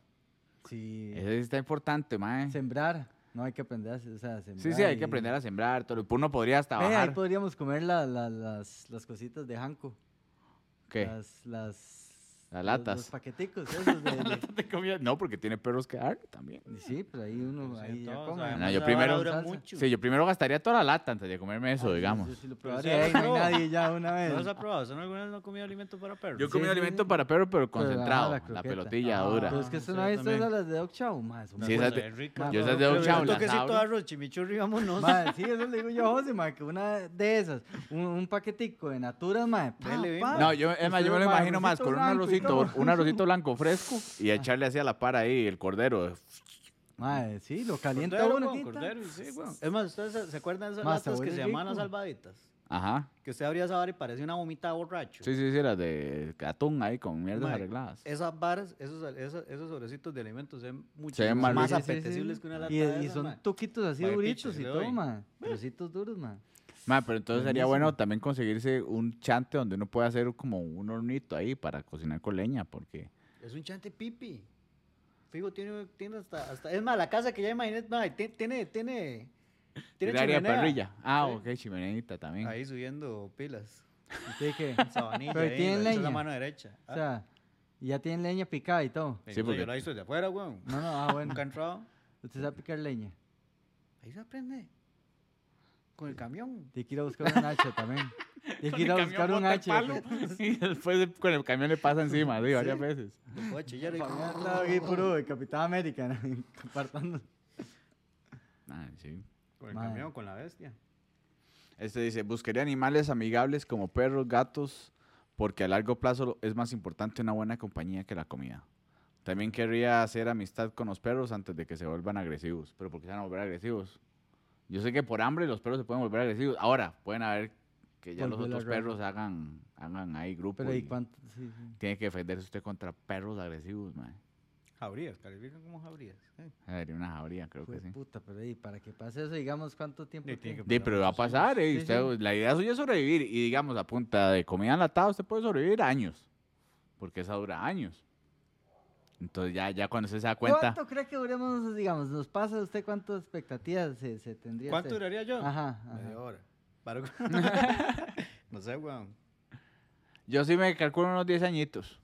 Sí. Eh,
Eso sí está importante, mae.
Sembrar. No hay que aprender a, se- o sea, a sembrar.
Sí, sí, hay
y-
que aprender a sembrar. Todo. Uno podría hasta
Ve, ahí
bajar.
podríamos comer la- la- las, las cositas de Hanco.
¿Qué?
Las, las,
Las
los-
latas.
Los, paqueticos esos de- de-
De comida. No, porque tiene perros que dar también.
y Sí, pero ahí
Pues
uno Pues ahí ya come.
No,
además
yo
la
primero-
vara
Dura
con salsa.
mucho.
Sí, yo primero gastaría toda la lata antes de comerme
Ah,
eso,
sí,
digamos.
Yo sí lo
Pero
probaría,
sí,
ahí no hay
no.
nadie ya una vez.
¿No los ha probado? ¿Son alguna vez no ha comido alimento para perros? Pues,
Yo
Sí,
comí
sí,
alimento
sí.
para perro, pero
Pero la- la
concentrado. La,
croqueta. pues,
pelotilla
Ah,
dura.
Pero es que
Ah,
eso
sí,
no
yo
es
también.
las de Dog Chow, más.
Sí,
pues,
esas de-
Ma,
yo
pero-
esas de
pero
Don Chao
Un
las
toquecito de
abro.
arroz, chimichurri, vámonos.
Madre, sí, eso le digo yo a José, madre, que una de esas, un, un paquetico de naturas, madre. pa,
Dele,
pa.
No, yo, es más, yo
ah, Usted,
me lo
ma,
imagino más
arrocito
con un
blanco y
arrocito,
todo.
un arrocito blanco fresco y echarle así a la par ahí el cordero.
Madre, sí, lo calienta
Cordero,
uno.
weón,
aquí, ta.
cordero, sí, weón. Es más, ¿ustedes se- se acuerdan de esas
Ma,
latas que
sabe
se
rico.
llamaban las salvaditas?
Ajá.
Que usted abría esa vara y parecía una vomita de borracho.
Sí, sí, sí, las de atún ahí con mierdas
Mae,
arregladas.
Esas varas, esos, esos, esos sobrecitos de alimentos se ven mucho
ven
más,
más
Sí, sí, sí, sí.
apetecibles que una lata
Y,
de
y
esas,
son
ma.
toquitos así
Mae,
duritos
piche,
y
le
todo,
doy.
madre. Trocitos duros, madre.
Ma, pero entonces sería bueno
Buenísimo.
también conseguirse un chante donde uno pueda hacer como un hornito ahí para cocinar con leña, porque...
Es un chante pipi. Fijo, tiene, tiene hasta, hasta- Es más, la casa que ya imaginé, ma, ti- tiene, tiene. Tiene
área
chimenea.
parrilla. Ah,
Sí.
ok, chimeneita también.
Ahí subiendo pilas.
Entonces, ¿qué?
Sabanilla.
Pero
ahí,
tiene
la- esa es la
leña.
mano derecha.
O sea, y ya tienen leña picada y todo.
Sí,
sí,
porque-
porque... Yo la hice de afuera, weón.
No, no, ah, bueno.
Nunca he entrado.
Usted sabe picar leña.
Ahí se aprende. Con el camión.
Tiene que ir a buscar un hacha también. Tiene que ir a buscar un hacha.
y después con el camión le pasa encima, sí, varias veces.
Lo puedo chillar ahí.
Fabián andaba aquí puro de Capitán América, ¿no? apartando.
Ah, sí.
Con el
Madre.
camión, con la bestia.
Este dice, buscaría animales amigables como perros, gatos, porque a largo plazo es más importante una buena compañía que la comida. También querría hacer amistad con los perros antes de que se vuelvan agresivos. Pero ¿por qué se van a volver agresivos? Yo sé que por hambre los perros se pueden volver agresivos. Ahora, pueden haber que ya los
Volvió la
otros
raza.
perros hagan, hagan ahí grupo.
Pero ¿y
y
cuánto? Sí, sí.
tiene que defenderse usted contra perros agresivos, mae.
Jabrías, califican como jabrías. eh.
Sería una jauría, creo que
Fue
sí.
puta, pero y para que pase eso, digamos, ¿cuánto tiempo?
Sí, tiene
tiene?
que-
Sí, pero va a pasar, ¿eh?
Sí,
Usted- La idea suya es sobrevivir. Y digamos, a punta de comida enlatada, usted puede sobrevivir años. Porque esa dura años. Entonces ya, ya cuando usted se da cuenta,
¿Cuánto cree que duremos, digamos, nos pasa a usted cuántas expectativas se, se tendría?
¿Cuánto
usted?
duraría yo?
Ajá,
Media
ajá.
hora. Para- no sé, weón.
yo sí me calculo unos 10 añitos.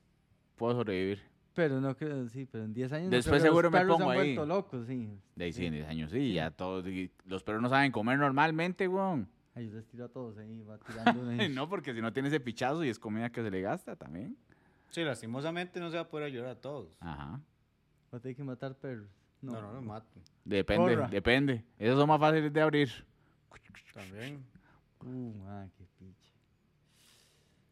Puedo sobrevivir.
Pero no creo, sí, pero en 10 años. no
Después
creo,
seguro
los
me
perros
pongo
se han
ahí.
vuelto locos, sí.
De ahí sí, en 10 años, sí. Ya todos, y los perros no saben comer normalmente, weón.
Ay, yo les tiro a todos ahí, va tirando uno ahí.
No, porque si no tiene ese pichazo y es comida que se le gasta también.
Sí, lastimosamente no se va a poder ayudar a todos.
Ajá.
Va a tener que matar perros.
Ah, No, no, no, mato.
Depende,
Corra.
depende. Esos son más fáciles de abrir.
También.
Uh, ma, qué piche.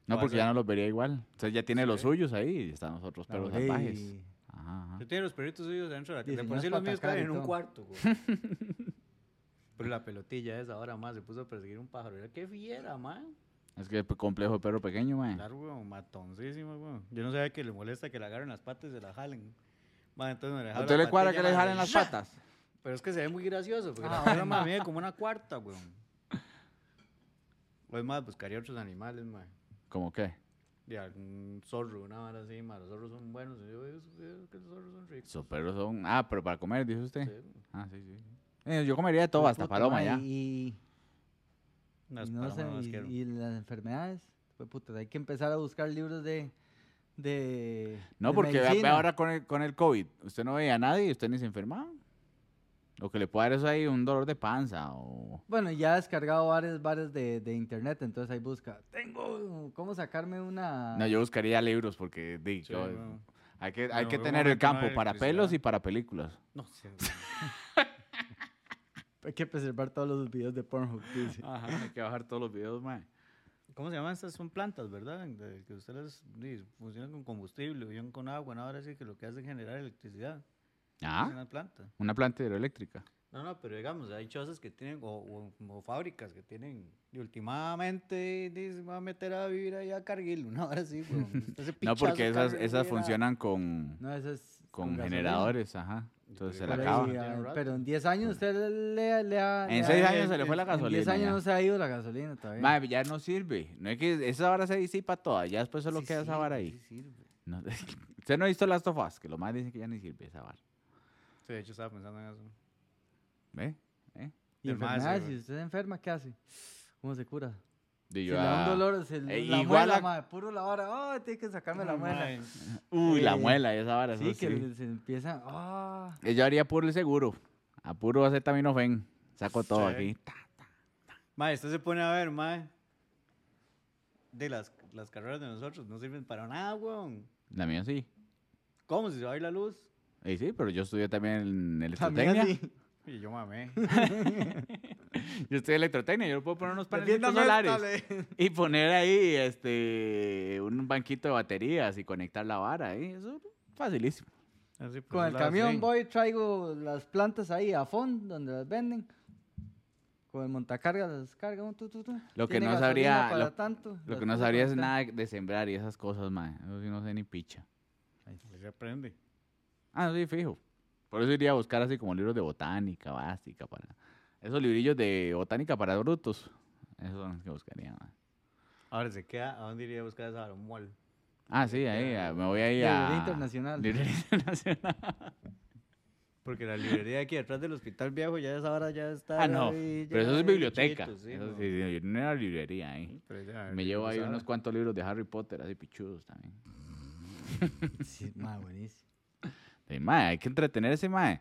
No,
No,
porque
eso-
ya no los vería igual. Entonces ya tiene los
Sí.
suyos ahí y están los otros
No,
perros
ey,
salvajes. Ajá, ajá.
Yo tenía los perritos suyos dentro de la casa. De por
Diseñados
sí
para
los míos
atacar
caen
y
en un
todo.
cuarto, güey. Pero la pelotilla esa ahora más se puso a perseguir un pájaro. Era que fiera, man.
Es que es complejo de perro pequeño, man.
Claro, weón, matoncísimo, weón. Yo no sabía que le molesta que le agarren las patas y se la jalen. Man, entonces me
¿A
dejaba
usted
la
le cuadra que
patilla,
le
ma,
jalen
de
las
¡ya!
patas?
Pero es que se ve muy gracioso, porque
Ah,
la perra más mide como una cuarta, weón. O es más, buscaría otros animales, man.
¿Cómo qué?
De algún zorro, una vara así, man. Los zorros son buenos. Yo veo veo que los zorros son ricos.
Esos perros son... Ah, pero para comer, dice usted.
Sí, weón.
Ah, sí, sí. Eh, yo comería de todo,
Fue
hasta
puta,
paloma
ma,
ya.
Y, y
Unas
no sé,
palomas más
y-
quiero.
y las enfermedades. Fue puta, hay que empezar a buscar libros de. de
No,
de
porque vea- vea
medicina.
ahora con el, con el COVID. Usted no veía a nadie y usted ni se enfermaba. Lo que le puede dar es ahí un dolor de panza o...
Bueno, ya he descargado varios bares de, de internet, entonces ahí busca. Tengo, ¿cómo sacarme una?
No, yo buscaría libros porque... di,
Sí,
yo-
weón.
Hay que, hay
Bueno,
que
en un
tener el
momento no hay
campo para pelos
electricidad.
y para películas.
No sé, weón.
Hay que preservar todos los videos de Pornhub. dice.
Ajá, hay que bajar todos los videos, man.
¿Cómo se llaman estas? Son plantas, ¿verdad? De- que ustedes di, funcionan con combustible, o con agua, ¿no? ahora sí que lo que hacen es generar electricidad. Es
Ah,
una planta.
una planta hidroeléctrica.
No, no, pero digamos, hay chozas que tienen, o, o- o fábricas que tienen, y últimamente di, se va a meter a vivir allá a Cargill, una hora sí,
No, porque esas, esas funcionan con,
No, eso es.
con
gasolina.
generadores, ajá. Entonces se la
pero
Por ahí,
acaba.
acaban.
ah, pero en 10 años usted le, le ha. le
En
ha-
seis
ya,
años
ya,
se le fue la
en 10
gasolina.
años
ya.
no se ha ido la gasolina todavía.
Mae, ya no sirve. No es que esa hora se disipa toda. Ya después solo queda esa vara ahí. No- Usted no ha visto Last of Us, que lo más dicen que ya ni sirve esa vara.
Sí, de hecho estaba pensando en eso.
¿Ve? ¿Eh?
Y
De más,
enfermedades,
güey.
si usted se enferma, ¿qué hace? ¿Cómo se cura?
Di
Si
yo,
le da
ah,
un dolor, se le-
eh,
la
igual
muela,
a-
mae, puro la hora, ah, tiene que sacarme la muela.
Uy, la
eh,
muela, esa vara.
Sí,
eso
que
sí.
se empieza, ah,
Ella haría puro el seguro. A puro acetaminofén. Saco todo
Sí.
aquí. ta.
Mae, usted se pone a ver, mae. De las, las carreras de nosotros no sirven para nada, weón.
La mía sí.
¿Cómo? Si se va a ir la luz.
Y sí, pero yo estudié también en
también
electrotecnia.
así.
Y yo mamé.
Yo estudié electrotecnia. Yo puedo poner unos panelitos
Defiéndame,
solares.
dale.
Y poner ahí este un banquito de baterías y conectar la vara ahí. Eso es facilísimo.
Así, por
Con
ese
el
lado,
camión
sí.
voy, traigo las plantas ahí a fondo, donde las venden. Con el montacargas las descarga. un tu, tu, tu.
Lo que
Tiene
no
gasolina
sabría-
para
lo-
tanto,
Lo
las
que no
puedo
sabría es
conectar.
nada de sembrar y esas cosas, man. Eso sí no sé ni picha.
Así Se aprende.
Ah, sí, fijo. Por eso iría a buscar así como libros de botánica, básica, para... Esos librillos de botánica para brutos. Esos son los que buscaría, man.
Ahora se queda, ¿a dónde iría a buscar esa vara? Un mall.
Ah, sí, ahí. ah, Me voy ahí a...
Librería internacional.
Librería internacional.
Porque la librería de aquí detrás del hospital viejo ya es ahora ya está.
Ah, no.
ahí,
Pero
ya
eso es
ahí,
biblioteca.
chiquito, sí,
Eso
weón.
sí, sí, yo no era librería ahí.
Pero ya,
Me llevo ahí
esa
unos
vara.
cuantos libros de Harry Potter, así pichudos también.
Sí, mae, buenísimo.
Sí, mae, hay que entretenerse, mae.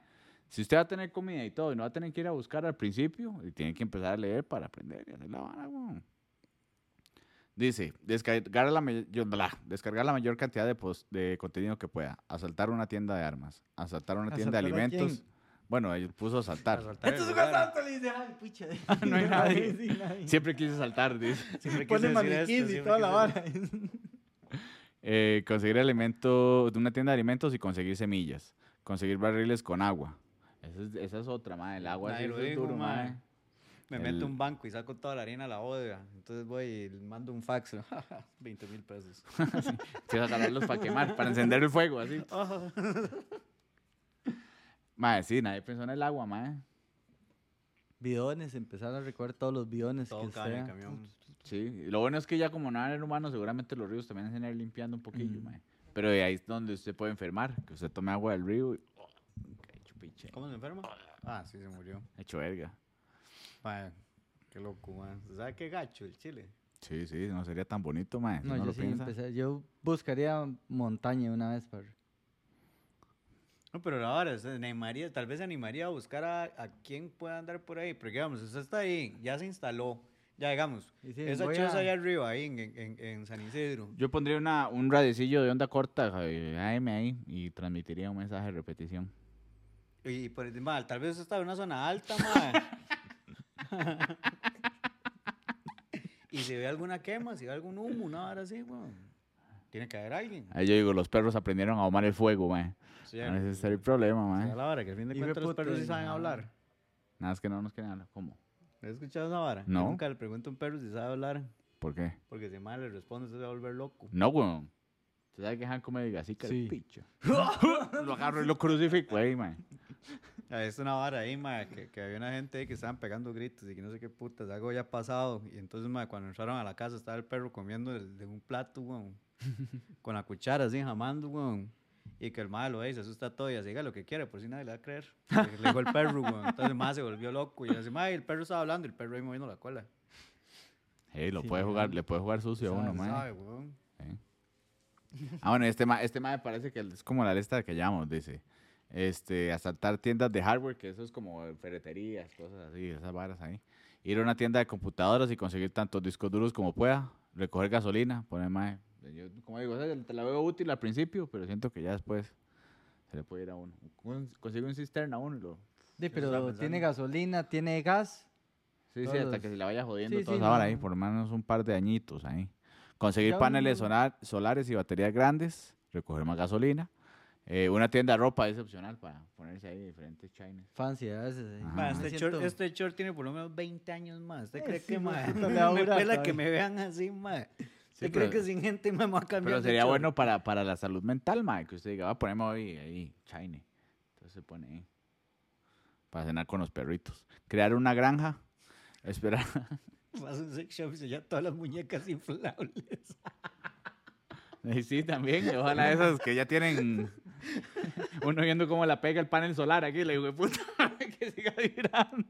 Si usted va a tener comida y todo, y no va a tener que ir a buscar al principio, y tiene que empezar a leer para aprender y hacer la vara, weón. Dice, descargar la, may- yo- bla, descargar la mayor cantidad de, pos- de contenido que pueda. Asaltar una tienda de armas. Asaltar una tienda de
¿Asaltar a quién?
alimentos. Bueno, él puso asaltar.
Asaltar
Esto Este es
el
un
lugar.
asalto, le dice, ay, picha.
no hay nadie.
Sí, nadie.
Siempre quise asaltar, dice.
Siempre
Pone
quise decir esto,
maniquís y
siempre
toda la
quise-
vara.
Eh, conseguir alimentos de una tienda de alimentos y conseguir semillas. Conseguir barriles con agua. Esa es, esa es otra, mae. El agua sí,
Nadie lo
eso es
dijo,
duro,
mae.
mae.
Me meto a
El-
un banco y saco toda la harina a la bodega. Entonces voy y le mando un fax. 20 mil pesos.
Sí, vas a agarrarlos para quemar, para encender el fuego, así. Mae, sí, nadie pensó en el agua, mae.
Bidones, empezaron a recoger todos los bidones que
Todo cae en el
sea.
camión.
Sí, y lo bueno es que ya como nada era humano, seguramente los ríos también se van a ir limpiando un poquillo,
Mm.
mae. Pero de ahí es donde usted puede enfermar, que usted tome agua del río y... oh, qué chupiche,
¿Cómo se enferma? Ah, sí, se murió.
hecho verga.
Mae, qué loco, man. ¿Sabes qué gacho el chile?
Sí, sí, no sería tan bonito, mae. si
No,
uno
yo
lo
sí
piensa.
empecé. Yo buscaría montaña una vez para.
No, pero ahora se animaría, tal vez se animaría a buscar a, a quién pueda andar por ahí. Porque digamos, usted está ahí, ya se instaló. Ya digamos,
Y sí,
esa
voy
choza
a-
allá arriba, ahí en, en- en- en San Isidro.
Yo pondría una, un radicillo de onda corta, eh, AM ahí, y transmitiría un mensaje de repetición.
Y, y por el- mae, tal vez usted está en una zona alta, mae. y si ve alguna quema, si ve algún humo, una vara así, weón. Tiene que haber alguien.
Ahí yo digo, los perros aprendieron a ahumar el fuego, mae.
Sí,
No ese es
se
el problema, mae.
da la vara, que al fin de
Hijo de
cuentas los
puta,
perros sí
y-
saben hablar.
Nada, es que no nos quieren hablar. ¿Cómo?
¿Has escuchado esa vara? Yo
No.
nunca le pregunto a un perro si sabe hablar,
¿Por qué?
porque si mal le responde se va a volver loco.
No, weón. ¿Tú sabes que Han come de gasica
Sí.
el picho? lo agarro y lo crucifico ahí, mae.
Ah, Es una vara ahí, ma, que, que había una gente ahí que estaban pegando gritos y que no sé qué putas, algo ya pasado. Y entonces, ma, cuando entraron a la casa estaba el perro comiendo del- de, un plato, weón, con la cuchara así, jamando, weón. Y que el malo lo ve y se asusta todo y así, diga lo que quiera, por si nadie le va a creer. Le le dijo el perro, weón. Entonces, ma, se volvió loco. Y así, ma, y el perro estaba hablando y el perro ahí moviendo la cola.
Ey, lo
Sí,
puede
mae.
jugar, le puede jugar sucio a uno,
Sabe,
mae.
¿Sabe, weón?
Ah, bueno, este mae, este mae parece que es como la lista que llamamos, dice. Este, asaltar tiendas de hardware, que eso es como ferreterías, cosas así, esas varas ahí. Ir a una tienda de computadoras y conseguir tantos discos duros como pueda. Recoger gasolina, poner mae. Yo, como digo, esa te la veo útil al principio, pero siento que ya después se le puede ir a uno. Cons- Consigue un cisterna a uno y lo...
Sí,
estaba
pero tiene
pensando.
gasolina, tiene gas.
Sí, sí,
Todos
hasta
los-
que se la vaya jodiendo
Sí,
toda
sí,
esa vara
no.
ahí, por lo menos un par de añitos ahí. Conseguir
Ya uno
paneles
no-
solar- solares y baterías grandes, recoger más gasolina. eh, una tienda de ropa es opcional para ponerse ahí diferentes chinas.
Fancy a veces. eh.
Ajá.
Ma,
Ah,
este,
Me
short,
siento-
este short tiene por lo menos 20 años más. ¿Usted
Eh,
cree
sí,
que,
ma,
ma,
esto le va a
me
durar
pela que
todavía.
me vean así, ma? ¿Usted
Sí,
cree
pero-
que sin gente me va a cambiar
Pero
de
sería
short?
bueno para, para la salud mental, mae, que usted diga, va, ponemos hoy ahí chine. Entonces se pone ahí. Para cenar con los perritos. Crear una granja. Esperar.
Vas a un sex shop y se llevan todas las muñecas inflables.
Y sí, también. Ojalá esas que ya tienen. Uno viendo cómo la pega el panel solar aquí, le digo, puta. que siga vibrando.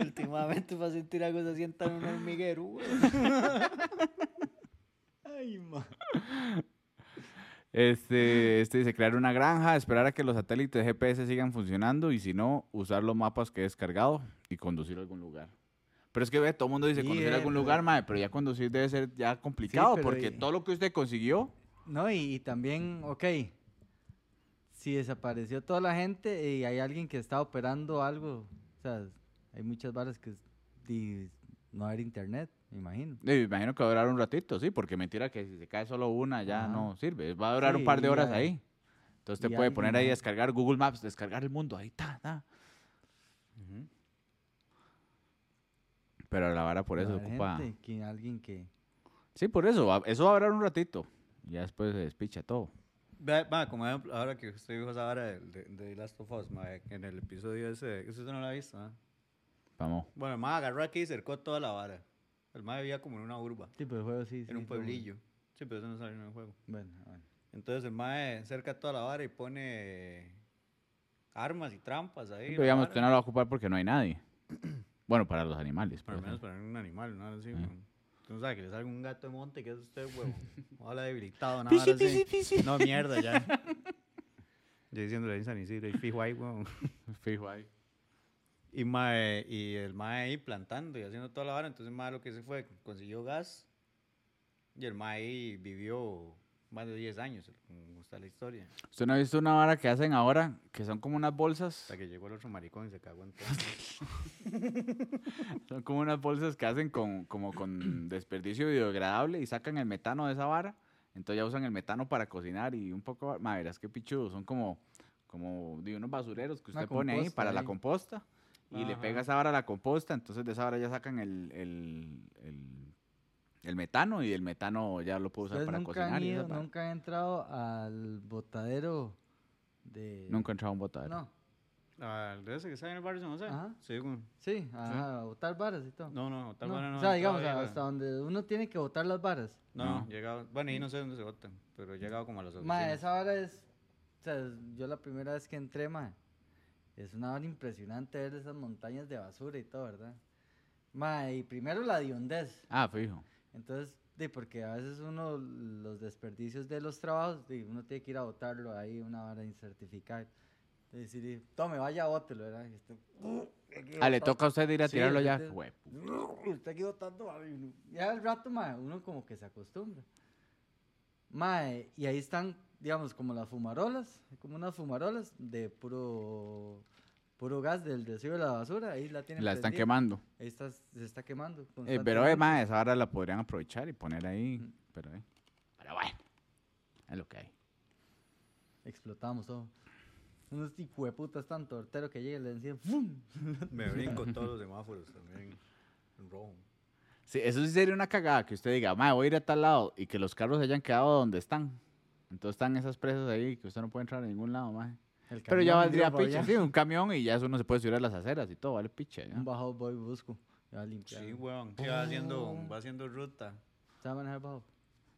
Últimamente para sentir algo se sienta en un hormiguero. güey. Ay, ma.
Este, este dice crear una granja, esperar a que los satélites GPS sigan funcionando y si no, usar los mapas que he descargado y conducir a algún lugar. Pero es que ve, todo el mundo dice
Sí,
conducir
ve,
a algún
pero-
lugar, mae, pero ya conducir debe ser ya complicado
pero
porque
y-
todo lo que usted consiguió,
No, y, y también, ok, si desapareció toda la gente y hay alguien que está operando algo, o sea, hay muchas varas que es- di- no hay internet, me imagino.
eh, me imagino que va a durar un ratito, sí, porque mentira que si se cae solo una ya
Ajá.
no sirve, va a durar un
Sí,
par de horas
ya-
ahí. Entonces te
y
puede
alguien,
poner ahí a
ajá.
descargar Google Maps, descargar el mundo, ahí está, está. Pero la vara por eso
La
ocupa...
gente, que alguien que...
Sí, por eso, va- eso va a durar un ratito. Ya después se despicha todo.
Vea, ma, como ejemplo, ahora que usted dijo esa vara de, de, de Last of Us, ma, en el episodio ese, usted no lo ha visto, ¿ah?
Vamos.
Bueno, el ma agarró aquí y cercó toda la vara. El ma vivía como en una urba,
Tipo de juego, sí. sí,
en un
fue bueno.
pueblillo. Sí, pero eso no sale en el juego.
Bueno, bueno.
Entonces el mae cerca toda la vara y pone armas y trampas ahí. en
Pero
la
digamos,
vara.
usted no lo va a ocupar porque no hay nadie. Bueno, para los animales.
Por lo
pues,
menos
¿no?
para un animal, ¿no? Así,
Ah.
weón. Usted no sabe que le salga un gato de monte, que es usted, huevo. Ojalá debilitado, nada más. así. No, mierda, ya. Yo diciéndole a San Isidro, y fijo ahí, huevón.
Fijo ahí.
Y, mae, y el mae ahí plantando y haciendo toda la vara. Entonces, el mae lo que hizo fue, consiguió gas. Y el mae ahí vivió más de 10 años, como está la historia.
¿Usted no ha visto una vara que hacen ahora que son como unas bolsas?
Hasta que llegó el otro maricón y se cagó en todo.
Son como unas bolsas que hacen con, como con desperdicio biodegradable y sacan el metano de esa vara. Entonces ya usan el metano para cocinar y un poco... ma, verás qué pichudo. Son como, como de unos basureros que
Una
usted pone ahí
composta
para la
ahí.
composta. Y le
Ajá.
pega esa vara a la composta. Entonces de esa vara ya sacan el, el, el, el metano y el metano ya lo puede usar
¿Ustedes
para
nunca
cocinar.
han
y esa
ido,
vara.
nunca han entrado al botadero de...
Nunca he entrado a un botadero.
No,
Ah, el de ese que está en el barrio San José.
Ajá.
Sí, weón.
sí, ajá, a botar varas y todo.
No, no, tal
No,
vara no.
o sea,
he entrado
digamos,
ahí, weón.
hasta donde uno tiene que botar las varas.
No,
No.
llegaba. Bueno, y no sé dónde se votan, pero llegaba como a las
Ma,
oficinas.
esa vara es. O sea, yo la primera vez que entré, ma, es una vara impresionante ver esas montañas de basura y todo, ¿verdad? Ma, y primero la diondez.
Ah, fijo.
Entonces, de, porque a veces uno, los desperdicios de los trabajos, de, uno tiene que ir a botarlo ahí, una vara incertificada. Decir, y, tome, vaya, bótelo, ¿verdad? Y usted, aquí
Ah, le
botando.
toca a usted ir a
Sí,
tirarlo ya.
usted-
Jue-
Usted quedó tanto, mae, uno- ya al rato, mae, uno como que se acostumbra. Mae, y ahí están, digamos, como las fumarolas, como unas fumarolas de puro puro gas del residuo de la basura, ahí la tienen
La están
prendida.
quemando.
Ahí está- se está quemando
Eh, pero
constantemente.
es más, esa vara la podrían aprovechar y poner ahí.
Mm.
Pero, eh, pero bueno, es lo que hay.
Explotamos todo. Unos hijueputas tan torteros que llegan y le decían ¡fum!
Me brinco todos los semáforos también. En rojo.
Sí, eso sí sería una cagada que usted diga, ma, voy a ir a tal lado y que los carros se hayan quedado donde están. Entonces están esas presas ahí que usted no puede entrar a ningún lado, ma.
El
Pero ya
camión
valdría
iba para
picha,
allá.
sí, un camión y ya eso no se puede subir a las aceras y todo, vale picha. ya.
Un bajo voy y busco. Ya va a limpiar.
Sí, weón. Sí, va haciendo, va haciendo ruta.
¿Sabe manejar bajo?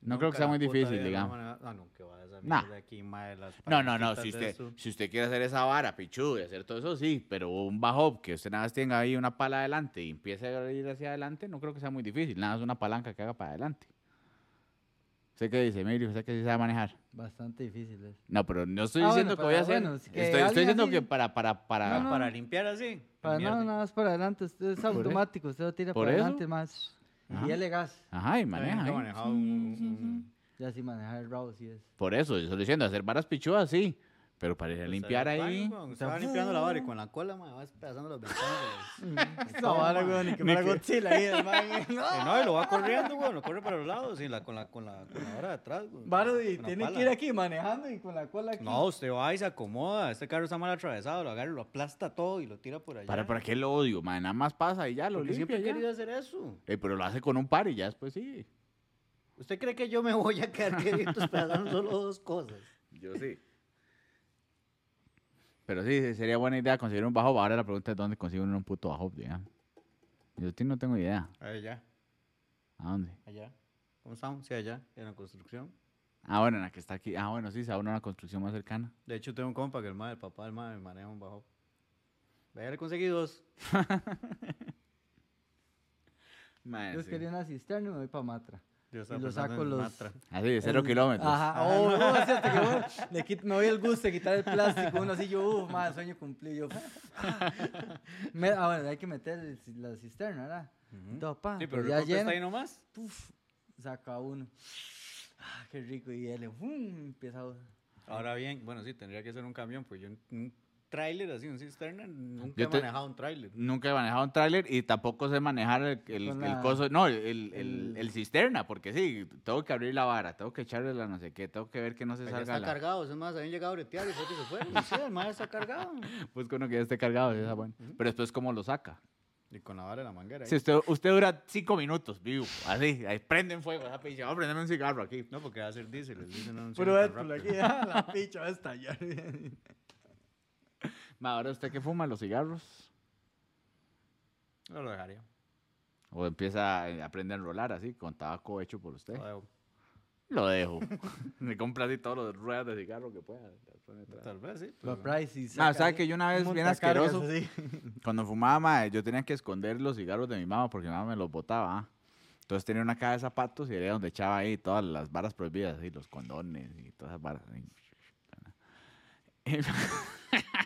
No creo que
Nunca
sea
la
muy
puta
difícil,
vida,
digamos.
no, no, no, que va esa
Nah.
mierda aquí, mae, las
No, no, no.
palanquitas
Si
de
usted,
eso.
si usted quiere hacer esa vara, pichu, y hacer todo eso, sí. Pero un bajo que usted nada más tenga ahí una pala adelante y empiece a ir hacia adelante, no creo que sea muy difícil. Nada más una palanca que haga para adelante. ¿Usted qué dice, Emilio? ¿Usted que sí sabe manejar?
Bastante difícil es.
No, pero no estoy
Ah, bueno,
diciendo que voy
para-
a hacer.
bueno, es que
estoy, estoy
alguien
diciendo
así-
que para, para, para.
Ah,
no, Pues
Para
no.
limpiar así.
Para
mierda.
nada, nada más para adelante. Usted es
eso.
automático, usted lo tira
Por
para
eso.
adelante más.
Ajá.
Y él le gas.
Ajá, y
Yo
maneja.
nunca he
ahí.
manejado un- un-
Ya sin manejar el rabo, sí es.
Por eso, yo estoy diciendo, hacer varas pichudas, sí. Pero para ir a
Pues
un-
limpiar
Usted va al
ahí.
baño, weón, usted va limpiando la vara y con la cola, mae, va despedazando los ventanas. weón.
Esa vara, weón, ni que fuera Godzilla ahí, el man.
Eh, no, y lo va corriendo, weón, lo corre para los lados y la, con, la, con, la, con la vara de atrás, weón.
Varo, y
con la
tiene
pala.
que ir aquí manejando y con la cola aquí.
No, usted va y se acomoda. Este carro está mal atravesado, lo agarra, lo aplasta todo y lo tira por allá.
¿Para, ¿Para qué lo odio? man? Nada más pasa y ya lo
Porque siempre
limpia.
he
ya.
querido hacer eso.
Eh, pero lo hace con un par y ya después sí.
¿Usted cree que yo me voy a quedar queriendo pedazando solo dos cosas?
Yo sí. Pero sí, sí, sería buena idea conseguir un bajo. Ahora la pregunta es dónde consigue uno un puto bajo, digamos. Yo sí no tengo idea.
Allá,
¿A dónde?
allá. ¿Cómo estamos? Sí, allá, en la construcción.
Ah, bueno, en la que está aquí. Ah, bueno, sí, se va uno a una construcción más cercana.
De hecho, tengo un compa que el madre, el papá del madre, maneja un bajo. Vaya, le conseguí dos.
Mae,
Yo
sí.
quería una cisterna y me voy para Matra.
Yo
Y lo saco los-
Así, de cero
El-
kilómetros.
Ajá.
Ajá,
Oh, no, es cierto que bueno, le quit- me doy el gusto de quitar el plástico. Uno así, yo, uff, madre, sueño cumplido. Yo, ah. Me- ah, bueno, hay que meter el ci- la cisterna, ¿verdad? Entonces, pa,
¿Mm? Sí, pero
pues
el
ya
compa está
lleno,
ahí nomás.
puf, saca uno. Ah, qué rico. Y él, ¡fum! empieza a...
Ahora bien, bueno, sí, tendría que ser un camión, pues yo un- un tráiler así, un cisterna, nunca
Yo
he
te-
manejado un tráiler.
Nunca he manejado un tráiler y tampoco sé manejar el, el,
Con
el
la-
coso, no, el, el,
el-
el cisterna, porque sí, tengo que abrir la vara, tengo que echarle la no sé qué, tengo que ver que no se
Pues
Pero Ya
salga
está
la...
cargado, es más, habían llegado a bretear y fue que se fueron. Sí, el madre está cargado.
Pues que uno que ya esté cargado, esa buena. Pero después, ¿cómo lo saca?
Y con la vara de la manguera. ahí.
Si usted, usted dura cinco minutos vivo, así, ahí prenden fuego, esa pinche, vamos a prenderme un cigarro aquí.
No, porque va a ser diésel, el diésel no
Puro
enciende tan
Deadpool aquí,
rápido.
ah, la picha va a estallar.
Ma, Ahora, ¿usted qué fuma? ¿Los cigarros?
No lo dejaría.
¿O empieza a aprender a enrolar así, con tabaco hecho por usted?
lo dejo.
Lo dejo. Me compra así todos los ruedas de cigarro que pueda. las pone atrás.
Tal vez sí.
Lo
pero-
price y
Ma,
saca
¿sabe
ahí
Ah, que yo una
un
vez, bien
montacargas
asqueroso,
así.
cuando fumaba, mae, yo tenía que esconder los cigarros de mi mamá porque mi mamá me los botaba. ah. Entonces tenía una caja de zapatos y era donde echaba ahí todas las varas prohibidas, y los condones y todas esas varas. ahí. Y-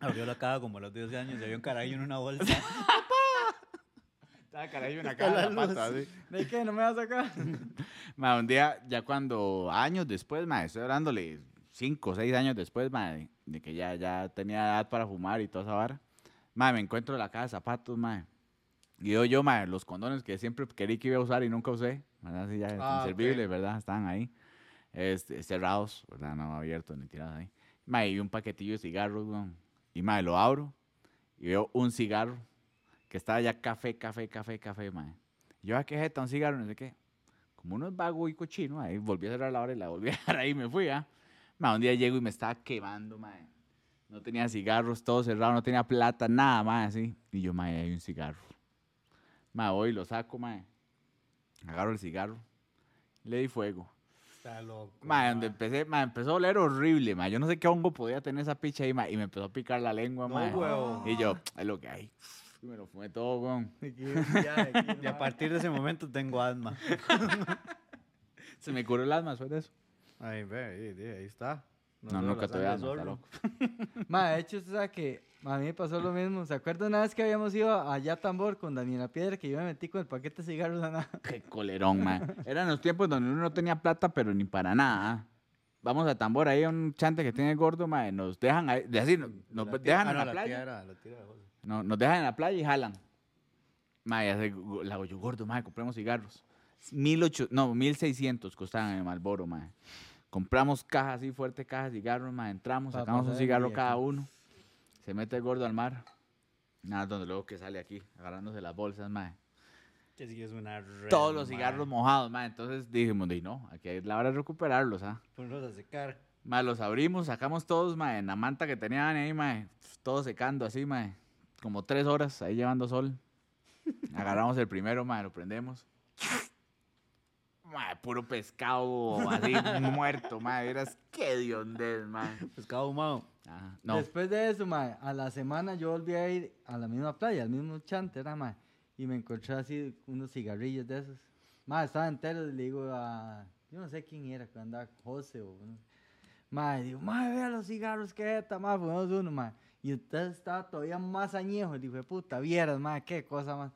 Abrió la caja como a los 12 años y había un carajillo en una bolsa.
Estaba carajillo Ah, una
Está
caja de
la luz.
zapatos así.
¿De qué? ¿No me vas a sacar?
Ma, un día, ya cuando, años después, ma, estoy hablándole cinco o seis años después, ma, de, de que ya, ya tenía edad para fumar y toda esa vara, ma, me encuentro en la caja de zapatos, ma. Y yo, yo, ma, los condones que siempre creí que iba a usar y nunca usé, ¿verdad? Así ya
Ah, ok.
inservibles, ¿verdad? Estaban ahí, este, cerrados, ¿verdad? No abiertos ni tirados ahí. Ma, y un paquetillo de cigarros, weón. Y, ma, lo abro y veo un cigarro que estaba ya café, café, café, café, ma. Y Yo, ¿a qué jeta? Un cigarro, no sé qué como uno es vago y cochino, ahí volví a cerrar la hora y la volví a dejar ahí y me fui, ¿ah? Ma, un día llego y me estaba quemando, mae. No tenía cigarros, todo cerrado, no tenía plata, nada, más así. Y yo, mae, hay un cigarro. Ma, voy y lo saco, mae. Agarro el cigarro. Le di fuego.
Está loco.
Ma, donde empecé, ma, empezó a oler horrible, ma. Yo no sé qué hongo podía tener esa picha ahí, ma. Y me empezó a picar la lengua,
No,
ma.
huevo.
Y yo, es lo que hay. Y me lo fumé todo, weón.
Y a partir de ese momento tengo asma.
Se me curó el asma después de eso.
Ahí ve, ahí, ahí está.
No,
solo
nunca
la
te voy a
sangre solo.
loco.
Ma, de hecho, usted sabe que a mí me pasó lo mismo. ¿Se acuerda una vez que habíamos ido allá a Tambor con Daniela Piedra que yo me metí con el paquete de cigarros a nada?
Qué colerón, man. Eran los tiempos donde uno no tenía plata, pero ni para nada. ¿ah? Vamos a tambor, ahí un chante que tiene el gordo, man. Nos dejan ahí, de así, nos, nos
La tía-
pues, dejan
ah,
en
no,
la playa.
tía era- la tía era José.
No, nos dejan en la playa y jalan. Ma, y hace gu- la hago yo gordo, ma, compremos cigarros. Mil ocho, no, mil seiscientos costaban en Malboro, ma. Compramos cajas así, fuerte cajas de cigarros, ma. Entramos,
Pa
sacamos
pasar
un
el
cigarro
día,
cada
claro.
uno. Se mete el gordo al mar. Nada, donde luego que sale aquí, agarrándose las bolsas, ma.
Que sí es una re-
todos los
madre.
cigarros mojados, ma. Entonces dijimos, di no, aquí es la hora de recuperarlos, ¿ah?
Ponlos a secar.
Ma, los abrimos, sacamos todos, ma, en la manta que tenían ahí, ma. Todos secando así, ma. Como tres horas ahí llevando sol. Agarramos el primero, ma, lo prendemos. Ma, puro pescado así muerto, ma. Vieras qué diondez, ma.
Pescado ahumado.
Ajá, No,
Después de eso, ma, a la semana yo volví a ir a la misma playa, al mismo chante, era, ma, y me encontré así unos cigarrillos de esos. Ma, estaba entero y le digo a, yo no sé quién era, que andaba José o... uno. Ma, y digo, ma, vea los cigarros que esta, ma, fumamos uno, ma. Y entonces estaba todavía más añejo, dije, puta, vieras, ma, qué cosa más.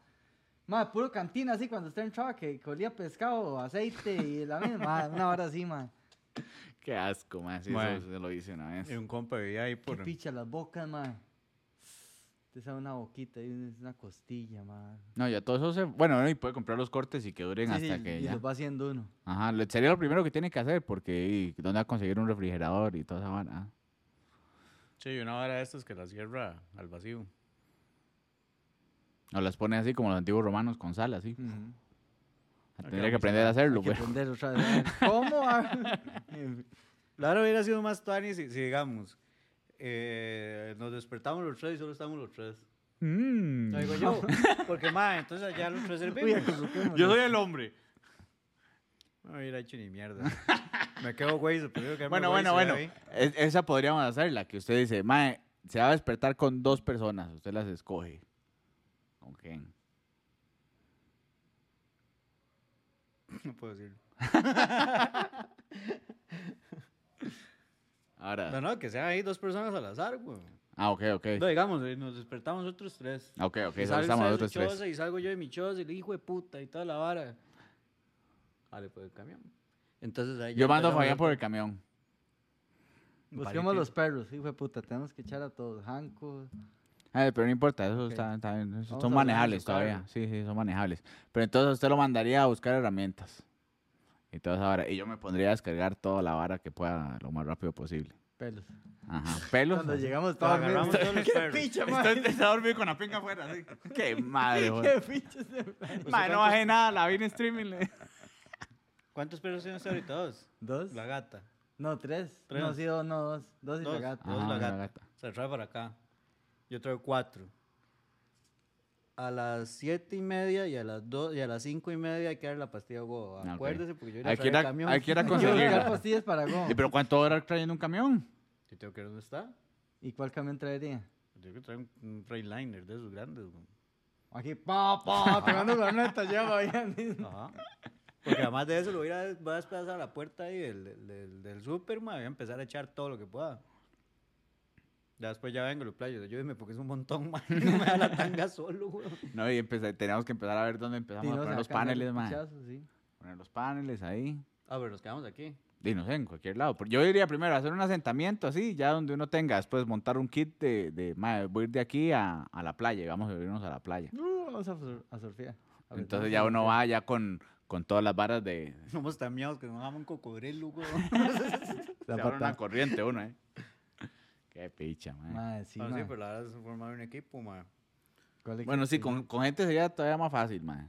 Ma, puro cantina así cuando usted entraba que, que olía pescado, aceite y la misma, ma, una hora así, ma.
qué asco, ma. Sí,
Ma.
eso se lo hice una vez.
Eh.
Y un compa vivía ahí
Qué
por.
picha las bocas, ma. Te sabe una boquita y una- una costilla, ma.
No, ya todo eso se. Bueno, y puede comprar los cortes y que duren
Sí,
hasta
sí,
que
y
ya.
los va haciendo uno.
Ajá, lo- sería lo primero que tiene que hacer porque ¿y ¿dónde va a conseguir un refrigerador y toda esa vara?
Sí, una hora de estas que la cierra al vacío.
O las pone así como los antiguos romanos con sal, así. Tendría
vamos
que
a
aprender a hacerlo, pues.
Hay que
güey.
aprender otra vez. a ver, ¿Cómo? hago?
La hora hubiera sido más tuani si, si digamos. eh, nos despertamos los tres y solo estamos los tres.
Mm.
Lo digo yo. Porque, ma, entonces allá los tres
Uy,
servimos.
acurruquémonos.
el hombre.
No voy a ir a hecho ni mierda. Me quedo güey, prefiero quedarme
Bueno,
güey,
bueno,
se ve
bueno.
ahí.
Es- esa podríamos hacerla, que usted dice, mae, se va a despertar con dos personas, usted las escoge. ¿Con quién?
No puedo decirlo.
Ahora.
No, no, que sean ahí dos personas al azar, güey.
Ah, ok, ok.
No, digamos, eh, nos despertamos otros tres.
Ah, Ok, ok,
Y
solo estamos
usted de
nosotros
su
tres.
choza Y salgo yo de mi choza y le hijo de puta y toda la vara. Vale, pues cambiamos. Entonces ahí ya
Yo mando a
empezamos
Fabián por el camión.
Busquemos los perros, hijo de puta. Tenemos que echar a todos. Hanco.
Ay, pero no importa, eso
Ok.
está, está bien,
Vamos a
eso- son
hablar de
manejables
su carro.
todavía. Sí, sí, son manejables. Pero entonces usted lo mandaría a buscar herramientas. Y toda esa vara. Y yo me pondría a descargar toda la vara que pueda lo más rápido posible.
Pelos.
Ajá. Pelos.
Cuando
así.
llegamos
Lo
todos.
agarramos
mira,
todos los
¡Qué
perros.
picha,
Está,
madre!
está dormido con la pinga afuera, así. Qué madre, joder.
¡Qué picha! ese-
Mae, no bajé nada, la vi en streaming. le-
¿Cuántos perros tiene usted ahorita? Dos.
¿Dos?
La gata.
No, tres.
Tres.
No, sí, dos, no, dos. Dos y la
Dos.
gata.
Dos
Ajá,
la
la
gata.
gata.
Se trae para acá. Yo traigo cuatro. A las siete y media y a las dos y a las cinco y media hay que dar la pastilla Go.
Ah, ok.
Acuérdese porque yo
Hay
ya
que
traigo
ir a-
el camión.
hay que ir a
Hay que buscar
conseguirla.
pastillas para Go.
¿Y pero cuánto hora trayendo un camión?
Yo tengo que ir donde está.
¿Y cuál camión traería?
Yo tengo que traer un, un Freightliner de esos grandes. güey.
Aquí, pa, pa, pegando corneta, ya, vayan.
Ajá. Porque además de eso lo voy a, ir a- voy a desplazar a la puerta ahí del, del, del, del súper, mae, voy a empezar a echar todo lo que pueda. Ya después ya vengo, lo playo. Ayúdeme porque es un montón, mae, No me da la tanga solo, güey.
No, y empecé- teníamos que empezar a ver dónde empezamos
Tino
a poner los
sacando
paneles, mae.
pichazos, sí.
Poner los paneles ahí.
Ah, pero nos quedamos aquí.
Y no sé, en cualquier lado. Pero Yo diría primero hacer un asentamiento así, ya donde uno tenga. Después montar un kit de, de mae, voy a ir de aquí a, a la playa y vamos a irnos a la playa.
Uh, vamos a, sur- a surfear. A ver,
Entonces
vamos
ya
a
uno
surfear.
va ya con, con todas las varas de...
Somos tan miados que nos damos un cocodrilo, güey.
Se
La
abre una
pata.
corriente uno, ¿eh? Qué picha, mae.
Mae, sí,
Ah, sí,
mae.
pero la verdad es formar un equipo, mae.
¿Cuál es
Bueno,
que-
sí, con, con gente sería todavía más fácil, mae.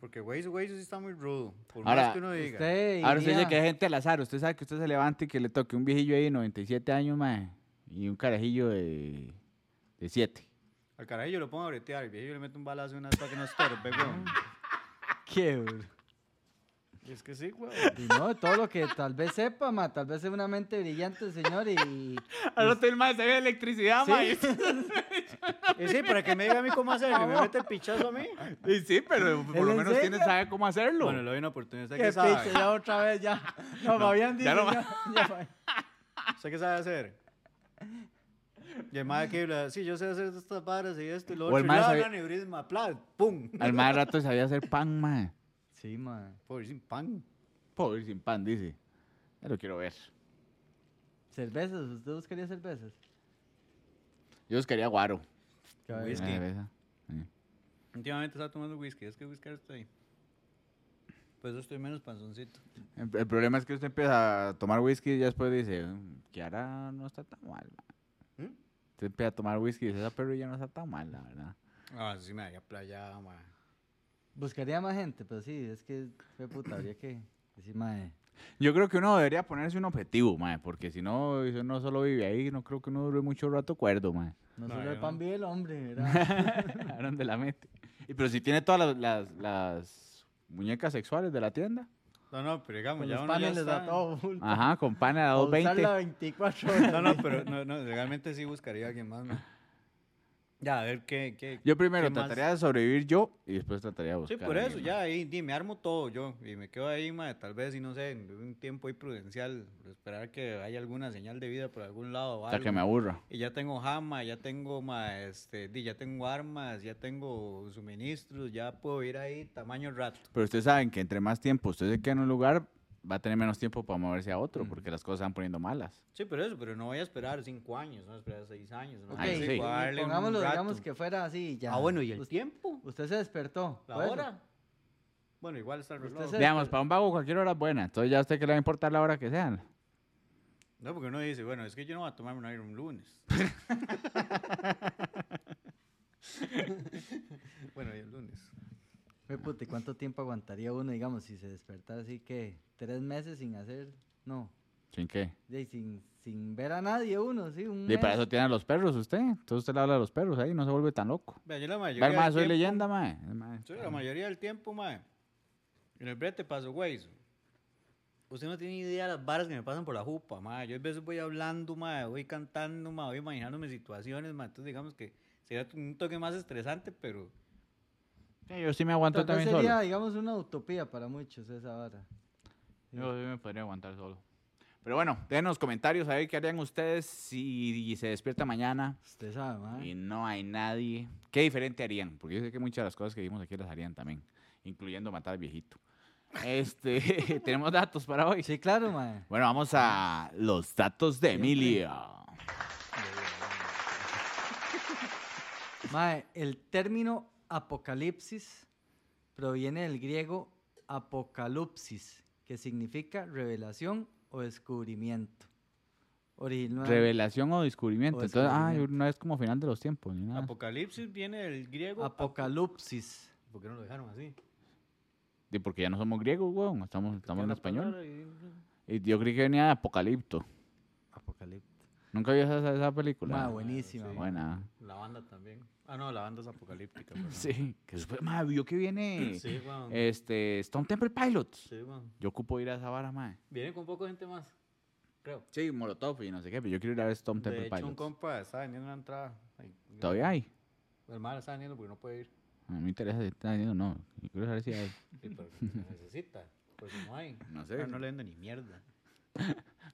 Porque güey, güey, sí está muy rudo. Por
Ahora,
más que uno diga.
Usted
Ahora usted dice
iría-
que hay gente al azar. Usted sabe que usted se levanta y que le toque un viejillo ahí de 97 años, mae. Y un carajillo de, de 7.
Al carajillo lo pongo a bretear. El viejo le meto un balazo y una hasta que no estorbe, güey.
¿Qué, bro?
Y es que sí, güey.
Y no, todo lo que tal vez sepa, ma, tal vez es una mente brillante, señor, y...
Ahora usted, mae, se ve electricidad, mae.
Y sí, para que me diga a mí cómo hacer, que me mete el pichazo a mí.
Y sí, pero por
¿Él
lo
en
menos tiene,
serio?
sabe cómo hacerlo.
Bueno, le doy una oportunidad. ¿Usted
¡Qué
qué sabe?
piche, ya otra vez, ya! No, me habían dicho,
ya no va.
ya, ya, mae.
¿Usted qué sabe hacer? Y el mae que habla, sí, yo sé hacer estas varas y esto y lo
O
otro.
el
Y
mae
la
sabe-
hablan neurisma, plas, pum.
Al más rato sabía hacer pan, mae.
Sí, ma.
Pobre, sin pan.
Pobre sin pan, dice. Ya lo quiero ver.
¿Cervezas? ¿Usted buscaría cervezas?
Yo buscaría guaro. Eh,
Qué
Whisky.
Una
bueno.
Es que-
cerveza. Sí.
Últimamente estaba tomando whisky, es que whisky ahora estoy. Pues yo estoy menos panzoncito.
El, el problema es que usted empieza a tomar whisky y ya después dice, "Mm, que ahora no está tan mal. mae".
¿Mm?
Usted empieza a tomar whisky y dice, esa perrilla no está tan mal, la verdad.
Ah, sí me había playado, ma.
Buscaría más gente, pero sí, es que, fue puta, habría que decir, eh, mae,
Yo creo que uno debería ponerse un objetivo, mae, porque si no, si uno solo vive ahí, no creo que uno dure mucho rato cuerdo, mae.
no
No,
solo el
yo-
pan vive el hombre, ¿verdad?
A ver dónde la mete. Y, pero si tiene todas las, las- las muñecas sexuales de la tienda.
No, no, pero digamos,
Con
ya
los
uno ya
paneles
está...
a todo full.
Ajá, con pan a
A usarla
220.
24 horas.
No, no, pero no, no, realmente sí buscaría a alguien más, ma. Ya, a ver qué... qué
Yo primero
qué más?
trataría de sobrevivir yo y después trataría de
Sí,
buscar.
por
a
eso,
alguien,
ya ahí, di, me armo todo yo y me quedo ahí, ma, tal vez, y no sé, en un tiempo ahí prudencial, esperar que haya alguna señal de vida por algún lado o
Hasta que
algo.
me aburra.
Y ya tengo jama, ya tengo ma, este, di, ya tengo armas, ya tengo suministros, ya puedo ir ahí tamaño rato.
Pero ustedes saben que entre más tiempo usted se queda en un lugar, va a tener menos tiempo para moverse a otro, porque las cosas se van poniendo malas.
Sí, pero eso, pero no voy a esperar cinco años, no voy a esperar seis años. No
Ok,
Ah, sí.
y
Voy a darle un
pongámoslo, digamos
rato.
que fuera así, ya.
Ah, bueno, ¿y el
Usted-
tiempo?
Usted se despertó. pues.
¿La
por eso.
hora? Bueno, igual está el
Usted
reloj.
se-
Digamos, para un vago cualquier hora es buena, entonces ya a usted que le va a importar la hora que sean.
No, porque uno dice, bueno, es que yo no voy a tomarme un Iron lunes. bueno, y el lunes.
Fue puta, ¿y cuánto tiempo aguantaría uno, digamos, si se despertara así que tres meses sin hacer, no,
¿Sin qué?
de ahí sin, sin ver a nadie uno, sí, un
Y para
mes.
eso tienen a los perros usted, entonces usted le habla a los perros ahí, no se vuelve tan loco.
Vea, yo la
Vea,
mayoría.
mae,
del
soy
tiempo-
leyenda, mae. Mae,
Sí, la mayoría del tiempo, mae. En el brete paso, güey. Usted no tiene idea de las varas que me pasan por la jupa, ma. Yo a veces voy hablando, ma, voy cantando, ma, voy imaginándome situaciones, ma. Entonces, digamos que sería un toque más estresante, pero
yo sí me aguanto
Tal vez
también
sería,
solo.
digamos, una utopía para muchos esa vara.
Yo sí me podría aguantar solo. Pero bueno, déjenos comentarios a ver qué harían ustedes si se despierta mañana
Usted sabe, ma.
y no hay nadie. ¿Qué diferente harían? Porque yo sé que muchas de las cosas que vimos aquí las harían también, incluyendo matar al viejito. Este, tenemos datos para hoy.
Sí, claro, ma.
Bueno, vamos a los datos de Emilio. Ah.
Mae, el término apocalipsis proviene del griego apocalipsis, que significa revelación o descubrimiento. Original-
Revelación o descubrimiento.
O
Entonces, ah,
descubrimiento.
no es como final de los tiempos ni nada.
apocalipsis viene del griego.
apocalipsis.
¿Por qué no lo dejaron así?
Y porque ya no somos griegos, weón. Estamos, estamos en
La
español.
palabra y-
Y yo creí que venía de Apocalipto.
Apocalipto.
Nunca vi esa, esa película.
Mae, buenísima.
sí.
mae.
Buena.
La banda también. Ah, no, la banda es apocalíptica. perdón.
Sí. Que supe- mae, vio que viene
Sí, weón.
este, Stone Temple Pilots.
Sí, weón.
Yo ocupo ir a esa vara, mae.
Viene con poco gente más, creo.
Sí, Molotov y no sé qué, pero yo quiero ir a ver Stone Temple
De hecho, un
Pilots.
compa está vendiendo una entrada. Ay,
¿Todavía hay?
El mal está vendiendo porque no puede ir.
A mí me interesa si está vendiendo o no. Yo quiero saber si hay.
Sí, pero se necesita. Pues no hay.
No sé.
Pero no le vendo ni mierda.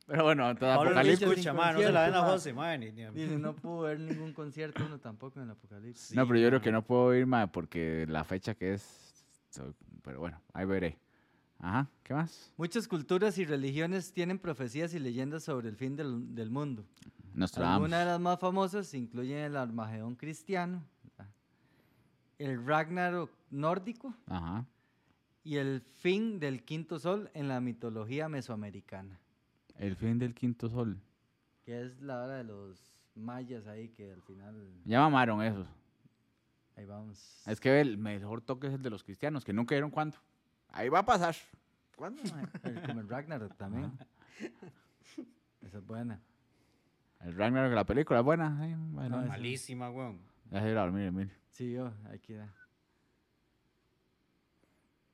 Pero bueno, entonces
Ahora no
Apocalipto.
escucha, ma, no se la den a José, ma, ni, ni a mí.
Dice, no pudo ver ningún concierto, uno tampoco en el apocalipsis.
No, pero yo creo que no puedo ir, mae, porque la fecha que es. so- Pero bueno, ahí veré. Ajá, ¿qué más?
Muchas culturas y religiones tienen profecías y leyendas sobre el fin del, del mundo.
Nostradamus.
Algunas de las más famosas incluyen el Armagedón cristiano, el Ragnarok nórdico
Ajá.
y el fin del quinto sol en la mitología mesoamericana,
El fin del quinto sol.
que es la hora de los mayas ahí que al final
Ya mamaron esos.
ahí vamos.
Es que el mejor toque es el de los cristianos, que nunca dieron cuándo. Ahí va a pasar. ¿Cuándo? mae?
El- como el Ragnarok también. Esa es buena.
El Ragnarok, la película es buena. Ay, bueno,
No,
es-
Malísima, weón.
ya se irá a dormir, Emilio.
Sí, yo, ahí queda.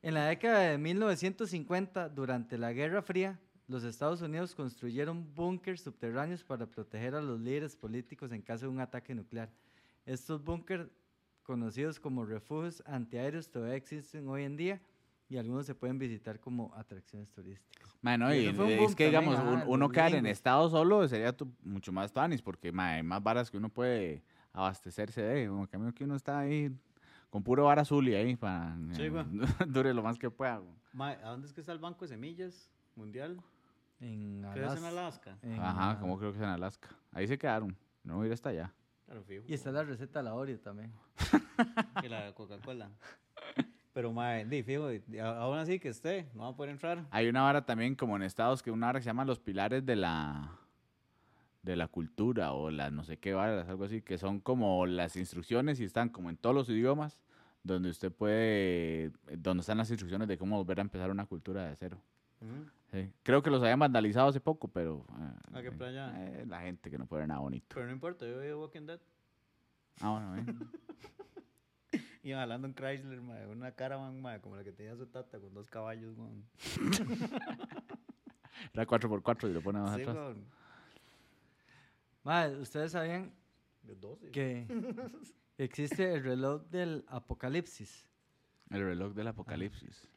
En la década de 1950, durante la Guerra Fría, los Estados Unidos construyeron búnkers subterráneos para proteger a los líderes políticos en caso de un ataque nuclear. Estos búnkers, conocidos como refugios antiaéreos, todavía existen hoy en día y algunos se pueden visitar como atracciones turísticas.
Bueno,
Y
y
eso fue un
es
boom
que
también, ah,
digamos, un-
ajá,
uno
los
quedar en
gringos.
estado solo sería tu- mucho más tanis, porque mae, hay más varas que uno puede abastecerse de. Como cambio que uno está ahí con puro vara azul y ahí para
Sí,
eh,
güey.
dure lo más que pueda. güey.
Ma, ¿a dónde es que está el Banco de Semillas Mundial?
En
Creo que es en
Alas-
Alaska.
en
Ajá,
Ala-
como creo que es en Alaska. Ahí se quedaron. No voy a ir hasta allá.
Claro, fijo.
Y está la receta de la Oreo también.
Y la Coca-Cola. Pero, ma, di, fijo, di, di, a- aún así que esté, no va a poder entrar.
Hay una vara también como en Estados que una vara que se llama los pilares de la de la cultura o las no sé qué varas, algo así, que son como las instrucciones y están como en todos los idiomas donde usted puede, donde están las instrucciones de cómo volver a empezar una cultura de cero.
Ujú.
Sí. Creo que los habían vandalizado hace poco, pero...
Ah, qué
eh,
playa.
eh, la gente que no puede ver nada bonito.
Pero no importa, yo veo Walking Dead.
Ah, bueno, eh.
Y hablando en Chrysler, ma, una caravan, ma, como la que tenía su tata con dos caballos, weón.
Era 4x4 y lo ponen más
Sí, pues.
atrás.
weón.
Madre, ¿ustedes sabían
De 12.
que existe el reloj del apocalipsis.
El reloj del apocalipsis.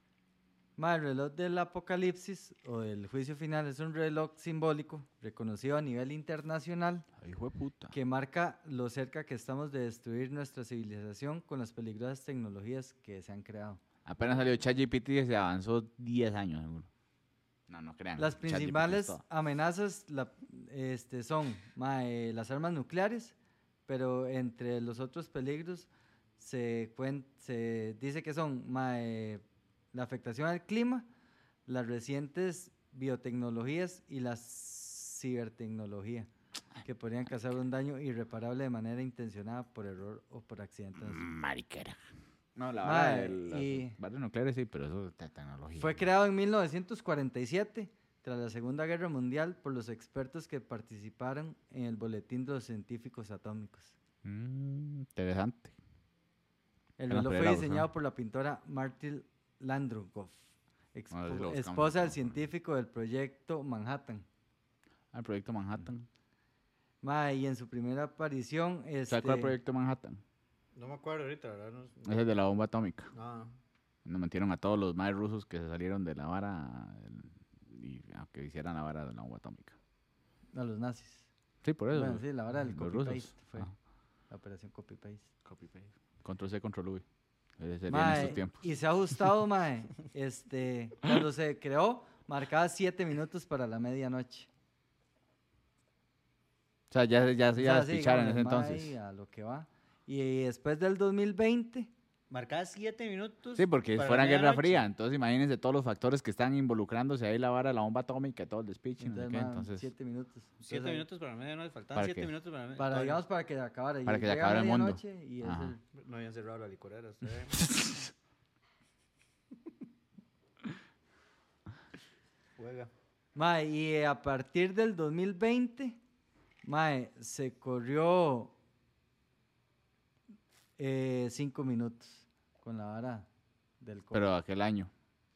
Ma, el reloj del apocalipsis o del juicio final es un reloj simbólico reconocido a nivel internacional
Ay, hijo de puta.
que marca lo cerca que estamos de destruir nuestra civilización con las peligrosas tecnologías que se han creado.
Apenas salió ChatGPT y se avanzó 10 años seguro. No, no crean.
Las
ChatGPT es
principales
todo.
amenazas la- este, son ma, eh, las armas nucleares, pero entre los otros peligros se, cuen- se dice que son ma, eh, la afectación al clima, las recientes biotecnologías y la cibertecnología, que podrían causar un daño irreparable de manera intencionada por error o por accidentes.
Mariquera. No, la
Mae,
verdad, de las
y-
barras nucleares sí, pero eso es te- tecnología.
Fue
¿no?
creado en 1947, tras la Segunda Guerra Mundial, por los expertos que participaron en el Boletín de los Científicos Atómicos.
Mm, interesante.
El
Ya nos
reloj
perdí
fue
la voz,
diseñado
¿no?
por la pintora Martil Landrukov
A ver si lo
Expo-
buscamos
esposa
acá.
del científico del proyecto Manhattan.
Ah, el proyecto Manhattan.
Mae, y en su primera aparición, este,
¿Sabes cuál es el proyecto Manhattan?
No me acuerdo ahorita, ¿verdad? No,
Es el de la bomba atómica.
no.
Nos metieron a todos los más rusos que se salieron de la vara el- y a que hicieran la vara de la bomba atómica.
a los nazis.
Sí, por eso.
Bueno, sí, la vara del
los rusos.
copy-paste fue.
Ajá.
La operación copy-paste.
Control C, control V. Ese sería en
Mae,
estos tiempos.
y se ha ajustado, mae. Este, cuando se creó, marcaba 7 minutos para la medianoche.
O sea, ya, ya se iba a
O sea, sí,
despichar en ese
digamos, el mae
entonces.
A lo que va. Y, después del 2020,
Marcaba siete minutos.
Sí, porque
para
fuera
la
Guerra
medianoche.
Fría. Entonces, imagínense todos los factores que están involucrándose ahí la vara de la bomba atómica, todo el despiche. no sé
entonces,
qué,
mae,
Entonces,
siete minutos. Entonces,
Siete
ahí-
minutos para la medianoche. Faltaban
¿Para
siete
qué?
minutos para la medianoche.
Para, digamos, para que acabara. y
Para que se
llega
acabara el mundo.
medianoche Y es
Ajá.
el-
No habían cerrado la licorera. hasta ahí. Juega.
Mae, y a partir del 2020, mae, se corrió eh, cinco minutos con la vara del co-
pero aquel año.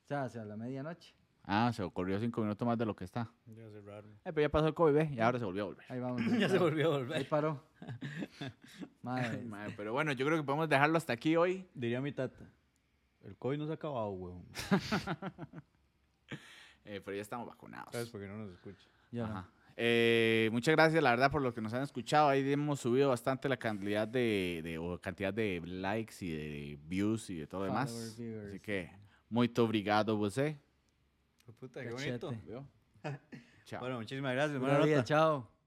O sea, hacia la medianoche.
Ah, se ocurrió cinco minutos más de lo que está.
Ya cerraron.
Eh, pero ya pasó el COVID, ¿ve? Y ahora se volvió a volver.
Ahí vamos.
Ya se volvió a
Ahí
volver.
paró. Mae,
Mae, pero bueno, yo creo que podemos dejarlo hasta aquí hoy.
Diría mi tata. El COVID no se ha acabado, weón.
eh, pero ya estamos vacunados.
¿Sabes por qué no nos escucha?
yo no.
Ajá. Eh, muchas gracias, la verdad, por lo que nos han escuchado. Ahí hemos subido bastante la cantidad de, de- o cantidad de likes y de views y de todo lo demás.
Followers, viewers.
Así que, muy obrigado, eh. você.
Puta,
qué bonito. Cachete.
¿Vio? Chao.
Bueno, muchísimas gracias.
Buena
Buena
vida,
nota.
chao.